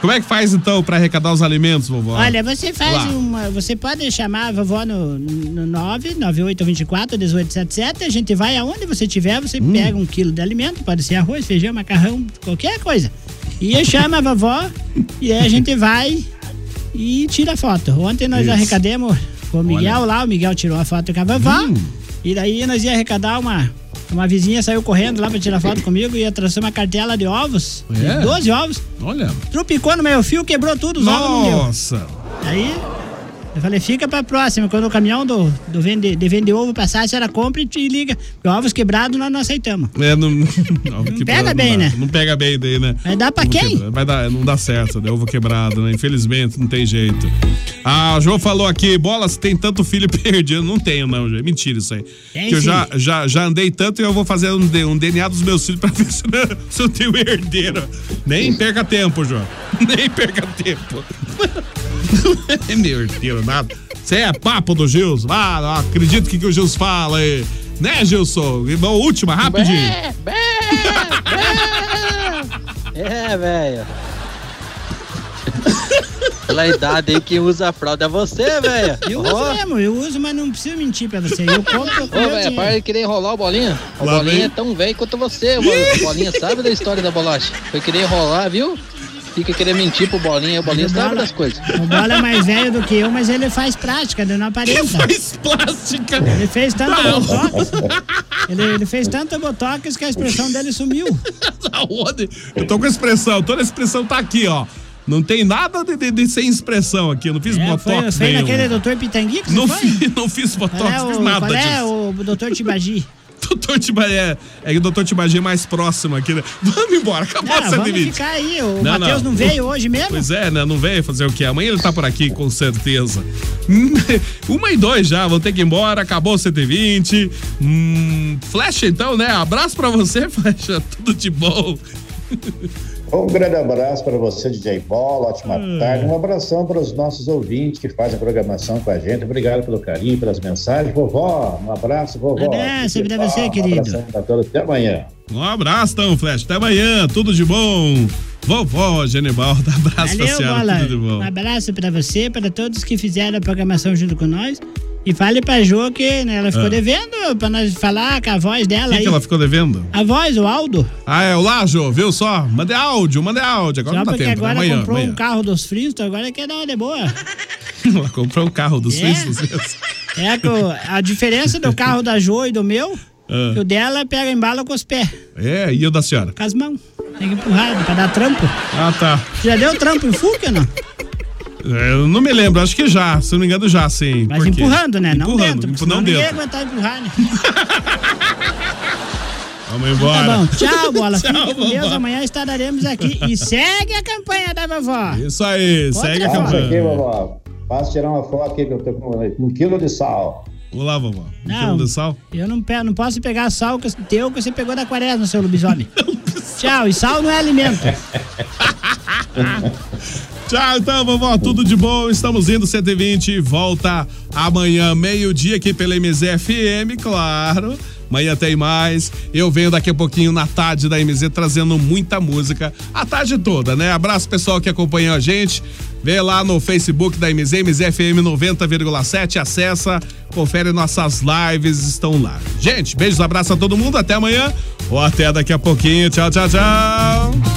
Como é que faz então pra arrecadar os alimentos, vovó? Olha, você faz Lá. uma. Você pode chamar a vovó no, no 9 9824 1877. A gente vai aonde você tiver, você Hum. pega um quilo de alimento, pode ser arroz, feijão, macarrão, qualquer coisa. E aí chama a vovó e aí a gente vai e tira a foto. Ontem nós Isso. arrecadamos com o Miguel Olha. lá, o Miguel tirou a foto com a vovó. Hum. E daí nós ia arrecadar uma. Uma vizinha saiu correndo lá pra tirar foto comigo e trouxe uma cartela de ovos. É? 12 ovos. Olha. Trupicou no meio fio, quebrou tudo, os ovos não deu. Nossa. Aí eu falei, fica pra próxima. Quando o caminhão do, do vende, de vende ovo passar, a senhora compra e te liga. Porque ovos quebrados nós não aceitamos. É, não, não, que pega não bem, dá. né? Não pega bem daí, né? Vai dar pra Ovo quem? quebra- Vai dar, não dá certo, né? Ovo quebrado, né? Infelizmente, não tem jeito. Ah, A João falou aqui, bola, se tem tanto filho perdido. Não tenho, não, gente. Mentira isso aí. Tem que eu sim. já, já, já andei tanto e eu vou fazer um, D- um DNA dos meus filhos pra ver se, eu- se eu tenho um herdeiro. Nem perca tempo, João. Nem perca tempo. É meu herdeiro, nada. Você é papo do Gilson. Ah, não acredito que, que o Gilson fala aí. Né, Gilson? E bom, Última, rapidinho. Bé, bé, bé. É, velho. Pela idade aí, quem usa a fralda é você, velho. Eu uso mesmo, eu uso, mas não preciso mentir pra você. Eu compro com Ô, velho, meu dinheiro. para de querer enrolar o bolinha. O Lá bolinha vem. é tão velho quanto você, mano. O bolinha sabe da história da bolacha. Foi querer enrolar, viu? Fica querendo mentir pro bolinha, o bolinha O sabe Bola- das coisas. O Bola é mais velho do que eu, mas ele faz prática, ele não aparenta. faz plástica? Ele fez tanto botox. Ele, ele fez tanto botox que a expressão dele sumiu. Aonde? Eu tô com expressão, toda a expressão tá aqui, ó. Não tem nada de, de- de sem expressão aqui, eu não fiz É, Foi, botox foi nenhum. naquele doutor Pitangui que você Não foi? fiz, não fiz botox, Qual é fiz o, nada qual é disso. o doutor Tibagi? Doutor Tibagi, é, é que o doutor Tibagi é mais próximo aqui, né? Vamos embora, acabou Ah, essa vamos limite. ficar aí. O Matheus não. veio hoje mesmo? Pois é, né? Não veio fazer o quê? Amanhã ele tá por aqui, com certeza. Hum, Uma e dois já, vou ter que ir embora. Acabou o 120. Hum, Flecha, então, né? Abraço pra você, Flecha. Tudo de bom. Um grande abraço para você, DJ Bola, ótima É. tarde. Um abração para os nossos ouvintes que fazem a programação com a gente. Obrigado pelo carinho, pelas mensagens. Vovó, um abraço, vovó. Abraço DJ pra você, Bola, querido. Um abração para todos. Até amanhã. Um abraço, então, Flecha. Até amanhã. Tudo de bom. Vovó Genebalda, abraço pra Valeu, é, senhora. Bola. Tudo de bom. Um abraço pra você, pra todos que fizeram a programação junto com nós. E fale pra Jô que né, ela ficou Ah. devendo pra nós falar com a voz O dela que, aí. que ela ficou devendo? A voz, o Aldo. Ah, é o Lajo, viu só? Mandei áudio, mandei áudio. Agora Só não dá porque tempo. agora né? amanhã, comprou amanhã. um carro dos Flintstones, agora é quer dar uma de boa. Ela comprou o carro dos É. Flintstones mesmo. É que o- a diferença do carro da Jô e do meu, Ah. que o dela pega embala com os pés, É, e o da senhora? com as mãos. Tem que empurrar pra dar trampo. Ah, tá. Já deu trampo em Fuca, não? É, Eu não me lembro, acho que já, se eu não me engano, já, sim. Mas Por quê? empurrando, né? Não Empurrando, dentro. empu- senão Não Ninguém ia dentro. aguentar empurrar, né? Vamos embora. Tá bom. Tchau, bola. Tchau, Fica com Deus. vovó. Amanhã estaremos aqui. E segue a campanha da vovó. Isso aí, Outra segue a foto. campanha. Aqui, vovó. Faço tirar uma foto aqui que eu tô com um quilo de sal. Olá, vovó. Um Não. do sal? Eu não, pe- não posso pegar sal que teu que você pegou da quaresma, seu lobisomem. Tchau. E sal não é alimento. Tchau, então, vovó. Tudo de bom. Estamos indo 120. Volta amanhã, meio-dia, aqui pela MZFM, claro. Amanhã tem mais. Eu venho daqui a pouquinho na tarde da MZ trazendo muita música. A tarde toda, né? Abraço pessoal que acompanhou a gente. Vê lá no Facebook da MZ, MZFM 90,7. Acessa, confere nossas lives, estão lá. Gente, beijos, abraço a todo mundo. Até amanhã ou até daqui a pouquinho. Tchau, tchau, tchau.